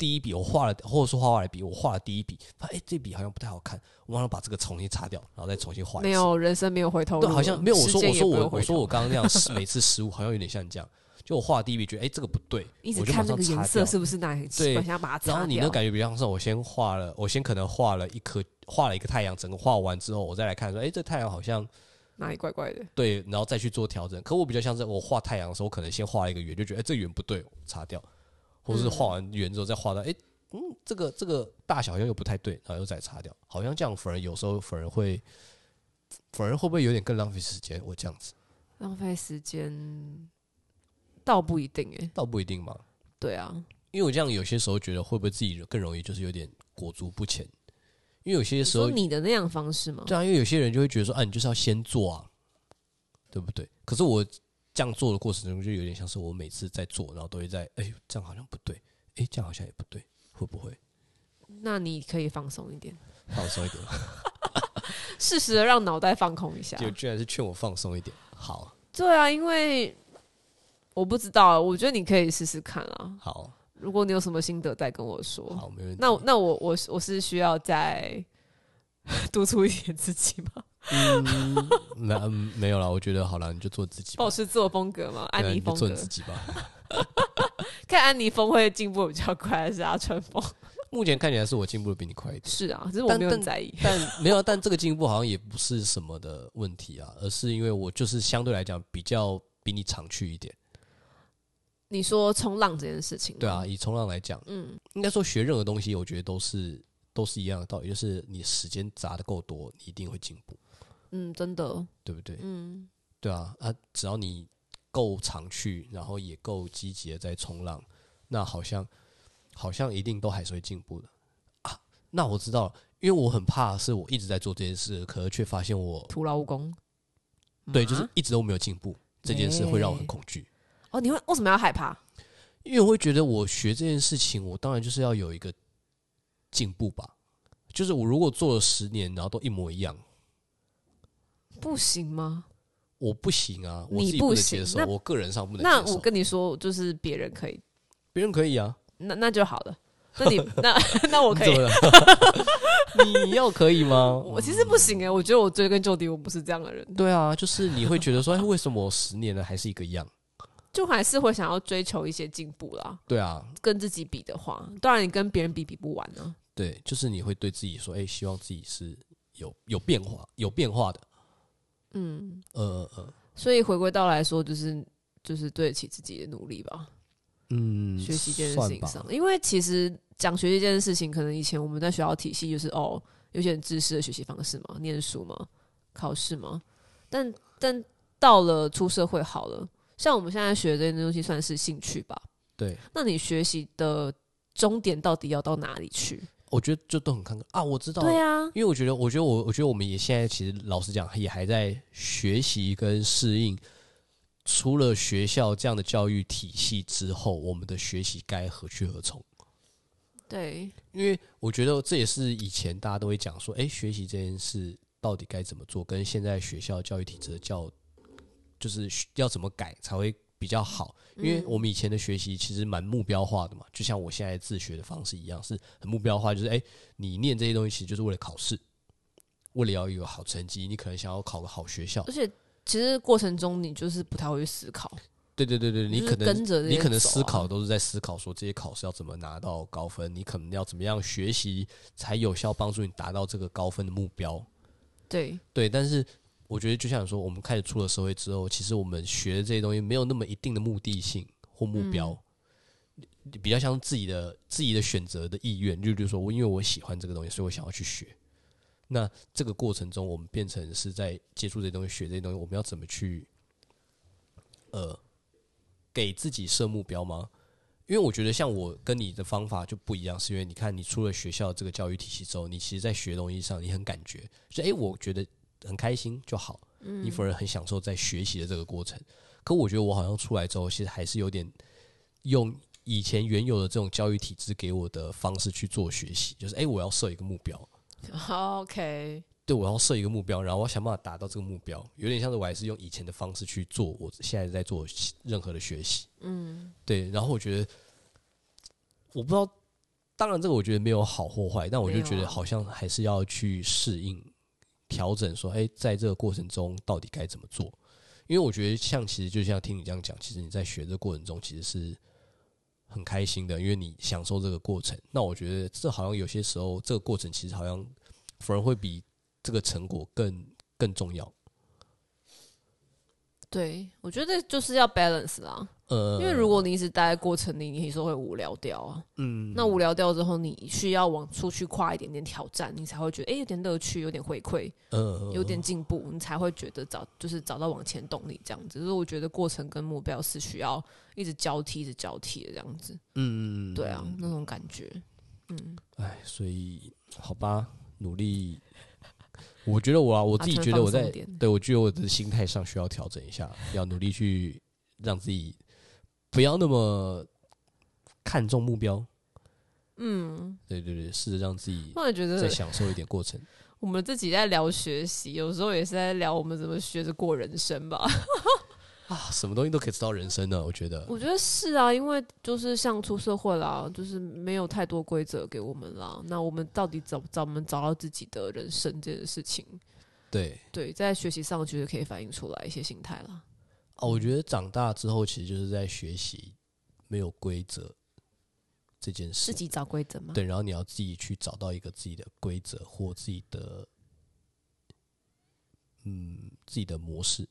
Speaker 1: 第一笔我画了，或者说画画来笔，我画了第一笔，发现哎这笔好像不太好看，我马上把这个重新擦掉，然后再重新画一次。
Speaker 2: 没有人生没有回头路
Speaker 1: 对，
Speaker 2: 了，
Speaker 1: 好像没有。我说
Speaker 2: 时间
Speaker 1: 我
Speaker 2: 也
Speaker 1: 说
Speaker 2: 不会
Speaker 1: 我
Speaker 2: 回
Speaker 1: 我说
Speaker 2: 头
Speaker 1: 我刚刚那样失每次失误好像有点像你这样，就我画第一笔觉得哎、这个不对，
Speaker 2: [laughs] 一直
Speaker 1: 我就
Speaker 2: 看
Speaker 1: 马上
Speaker 2: 那个颜
Speaker 1: 擦
Speaker 2: 色
Speaker 1: 掉。
Speaker 2: 是不是哪里很奇
Speaker 1: 对
Speaker 2: 怪，想把它擦掉。
Speaker 1: 然后你那感觉比较像是我先画了，我先可能画了一颗画了一个太阳，整个画完之后我再来看说哎、这太阳好像
Speaker 2: 哪里怪怪的？
Speaker 1: 对，然后再去做调整。可我比较像是我画太阳的时候，我可能先画了一个圆，就觉得哎、这圆不对，我擦掉，或者是画完圆之后再画到哎、嗯这个这个大小好像又不太对，然后又再擦掉，好像这样反而有时候反而会反而会不会有点更浪费时间？我这样子
Speaker 2: 浪费时间，倒不一定哎、
Speaker 1: 倒不一定嘛。
Speaker 2: 对啊，
Speaker 1: 因为我这样有些时候觉得会不会自己更容易就是有点裹足不前，因为有些
Speaker 2: 你
Speaker 1: 时候
Speaker 2: 说你的那样方式吗？
Speaker 1: 对啊，因为有些人就会觉得说啊，你就是要先做啊，对不对？可是我这样做的过程中，就有点像是我每次在做，然后都会在哎、这样好像不对，哎、这样好像也不对，会不会
Speaker 2: 那你可以放松一点，
Speaker 1: 放松一点？
Speaker 2: 适时的让脑袋放空一下。
Speaker 1: 就居然是劝我放松一点，好
Speaker 2: 对啊，因为我不知道，我觉得你可以试试看啊。
Speaker 1: 好
Speaker 2: 如果你有什么心得，再跟我说。
Speaker 1: 好，没问题。
Speaker 2: 那我那我我是我是需要再 [laughs] 督促一点自己
Speaker 1: [laughs]
Speaker 2: 吗？
Speaker 1: 嗯，没、嗯、没有了，我觉得好了，你就做自己吧
Speaker 2: 保，持自我风格吗？
Speaker 1: 对啊
Speaker 2: 安妮
Speaker 1: 你就
Speaker 2: 风
Speaker 1: 做
Speaker 2: 格
Speaker 1: 你，自己吧。
Speaker 2: 看安妮风会进步比较快，还是阿川风？
Speaker 1: 目前看起来是我进步的比你快一点。
Speaker 2: [laughs] 是啊，只是我
Speaker 1: [laughs] 但
Speaker 2: 没有很
Speaker 1: 但
Speaker 2: 在意。
Speaker 1: 但没有，啊但这个进步好像也不是什么的问题啊，而是因为我就是相对来讲比较比你常去一点。
Speaker 2: 你说冲浪这件事情，
Speaker 1: 对啊，，以冲浪来讲，
Speaker 2: 嗯，
Speaker 1: 应该说学任何东西，我觉得都是都是一样的道理，就是你时间砸的够多，你一定会进步，
Speaker 2: 嗯，真的，
Speaker 1: 对不对？
Speaker 2: 嗯，
Speaker 1: 对啊，啊，只要你够常去，然后也够积极的在冲浪，那好像好像一定都还是会进步的啊。那我知道了，因为我很怕是我一直在做这件事，可是却发现我
Speaker 2: 徒劳无功。
Speaker 1: 对，就是
Speaker 2: 啊
Speaker 1: 一直都没有进步，这件事会让我很恐惧，
Speaker 2: 哦，你会为什么要害怕？
Speaker 1: 因为我会觉得我学这件事情，我当然就是要有一个进步吧。就是我如果做了十年，然后都一模一样，
Speaker 2: 不行吗？
Speaker 1: 我不行啊，我
Speaker 2: 你
Speaker 1: 自己
Speaker 2: 不
Speaker 1: 能
Speaker 2: 行
Speaker 1: 接受
Speaker 2: 那，
Speaker 1: 我个人上不能
Speaker 2: 那
Speaker 1: 接
Speaker 2: 我
Speaker 1: 受。
Speaker 2: 跟你说，就是别人可以，
Speaker 1: 别人可以啊，
Speaker 2: 那那就好了。
Speaker 1: [laughs]
Speaker 2: 那你那那我
Speaker 1: 你
Speaker 2: 可
Speaker 1: 怎么
Speaker 2: 以，
Speaker 1: 了？ [laughs] 你要可以吗？
Speaker 2: [laughs] 我其实不行哎、我觉得我追根究底，我不是这样的人，
Speaker 1: 对啊，就是你会觉得说，哎，为什么我十年了还是一个样？
Speaker 2: 就还是会想要追求一些进步啦。
Speaker 1: 对啊，
Speaker 2: 跟自己比的话，当然你跟别人比比不完啊。
Speaker 1: 对，就是你会对自己说，哎，希望自己是有有变化、有变化的。
Speaker 2: 嗯，
Speaker 1: 呃呃，
Speaker 2: 所以回归到来说，就是就是对得起自己的努力吧。
Speaker 1: 嗯，
Speaker 2: 学习这件事
Speaker 1: 算
Speaker 2: 情
Speaker 1: 吧
Speaker 2: 上，因为其实讲学习这件事情，可能以前我们在学校体系就是哦，有些很知识的学习方式嘛，念书嘛，考试嘛，但但到了出社会好了，像我们现在学的这些东西算是兴趣吧，
Speaker 1: 对，
Speaker 2: 那你学习的终点到底要到哪里去？
Speaker 1: 我觉得就都很看啊，我知道，
Speaker 2: 对啊，
Speaker 1: 因为我觉得，我觉得我，我觉得我们也现在其实老实讲，也还在学习跟适应。除了学校这样的教育体系之后，我们的学习该何去何从？
Speaker 2: 对，
Speaker 1: 因为我觉得这也是以前大家都会讲说，哎、学习这件事到底该怎么做，跟现在学校教育体制的教，就是需要怎么改才会比较好，因为我们以前的学习其实蛮目标化的嘛，就像我现在自学的方式一样，是很目标化，就是哎、你念这些东西其实就是为了考试，为了要有好成绩，你可能想要考个好学校
Speaker 2: 而，且其实过程中你就是不太会去思考，
Speaker 1: 对对对对，你
Speaker 2: 就是
Speaker 1: 可能
Speaker 2: 跟着这些
Speaker 1: 你可能
Speaker 2: 走啊
Speaker 1: 思考都是在思考说这些考试要怎么拿到高分，你可能要怎么样学习才有效帮助你达到这个高分的目标。
Speaker 2: 对，
Speaker 1: 对，但是我觉得就像你说，我们开始出了社会之后，其实我们学的这些东西没有那么一定的目的性或目标，比较像自己的自己的选择的意愿，就比如说我因为我喜欢这个东西，所以我想要去学。那这个过程中，我们变成是在接触这些东西、学这些东西，我们要怎么去，呃，给自己设目标吗？因为我觉得像我跟你的方法就不一样，是因为你看你出了学校这个教育体系之后，你其实在学东西上你很感觉，就诶，我觉得很开心就好，你反而很享受在学习的这个过程。可我觉得我好像出来之后，其实还是有点用以前原有的这种教育体制给我的方式去做学习，就是诶，我要设一个目标，
Speaker 2: [laughs] OK，
Speaker 1: 对我要设一个目标，然后我要想办法达到这个目标，有点像是我还是用以前的方式去做我现在在做任何的学习。
Speaker 2: 嗯，
Speaker 1: 对，然后我觉得，我不知道，当然这个我觉得没有好或坏，但我就
Speaker 2: 没有
Speaker 1: 觉得
Speaker 2: 啊
Speaker 1: 好像还是要去适应、调整，说，哎，在这个过程中到底该怎么做？因为我觉得，像其实就像听你这样讲，其实你在学这个过程中其实是很开心的，因为你享受这个过程。那我觉得这好像有些时候，这个过程其实好像反而会比这个成果更更重要。
Speaker 2: 对，我觉得就是要 balance 啦，
Speaker 1: 呃，
Speaker 2: 因为如果你一直待在过程里，你也是会无聊掉啊。
Speaker 1: 嗯，
Speaker 2: 那无聊掉之后，你需要往出去跨一点点挑战，你才会觉得哎、诶有点乐趣，有点回馈，
Speaker 1: 呃
Speaker 2: 有点进步，你才会觉得找就是找到往前动力这样子。所以我觉得过程跟目标是需要一直交替，一直交替的这样子。
Speaker 1: 嗯，
Speaker 2: 对啊，那种感觉。
Speaker 1: 哎，所以好吧，努力。我觉得我啊，我
Speaker 2: 啊
Speaker 1: 自己
Speaker 2: 突然
Speaker 1: 觉得
Speaker 2: 放
Speaker 1: 我
Speaker 2: 松
Speaker 1: 在
Speaker 2: 一点
Speaker 1: 对我觉得我的心态上需要调整一下，要努力去让自己不要那么看重目标。
Speaker 2: 嗯，
Speaker 1: 对对对，试着让自己
Speaker 2: 突然觉
Speaker 1: 再
Speaker 2: 得
Speaker 1: 享受一点过程。
Speaker 2: 我们自己在聊学习，有时候也是在聊我们怎么学着过人生吧。
Speaker 1: 嗯啊什么东西都可以知道人生呢？我觉得，
Speaker 2: [laughs] 我觉得是啊，因为就是像出社会啦，就是没有太多规则给我们啦。那我们到底怎怎么找到自己的人生这件事情？
Speaker 1: 对
Speaker 2: 对，在学习上其实可以反映出来一些心态啦。
Speaker 1: 啊，我觉得长大之后其实就是在学习没有规则这件事
Speaker 2: 自。己找规则吗？，
Speaker 1: 对，然后你要自己去找到一个自己的规则或自己的，嗯，自己的模式。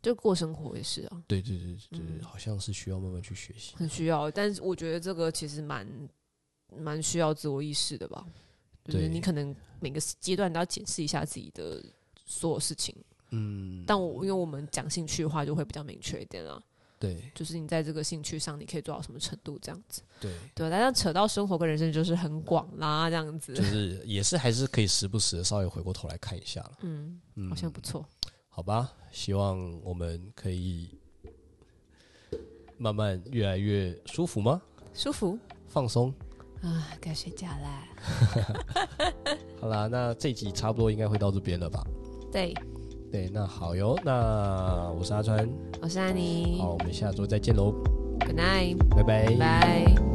Speaker 2: 就过生活也是啊，
Speaker 1: 对对对对对，好像是需要慢慢去学习。
Speaker 2: 很需要。但是我觉得这个其实蛮蛮需要自我意识的吧。就是
Speaker 1: 对
Speaker 2: 你可能每个阶段都要检视一下自己的所有事情。
Speaker 1: 嗯，
Speaker 2: 但我因为我们讲兴趣的话，就会比较明确一点啦。
Speaker 1: 对
Speaker 2: 就是你在这个兴趣上，你可以做到什么程度这样子。
Speaker 1: 对，
Speaker 2: 对，啊但是扯到生活跟人生就是很广啦，这样子
Speaker 1: 就。是也是还是可以时不时的稍微回过头来看一下了。
Speaker 2: 嗯，
Speaker 1: 嗯
Speaker 2: 好，像不错。
Speaker 1: 好吧，希望我们可以慢慢越来越舒服吗？
Speaker 2: 舒服
Speaker 1: 放松。
Speaker 2: 啊，该睡觉啦。
Speaker 1: 好啦，那这集差不多应该会到这边了吧？
Speaker 2: 对，
Speaker 1: 对，那好哟，那我是阿川，
Speaker 2: 我是安妮
Speaker 1: 好，我们下周再见喽，哎
Speaker 2: ，Good night，
Speaker 1: 拜拜
Speaker 2: 拜。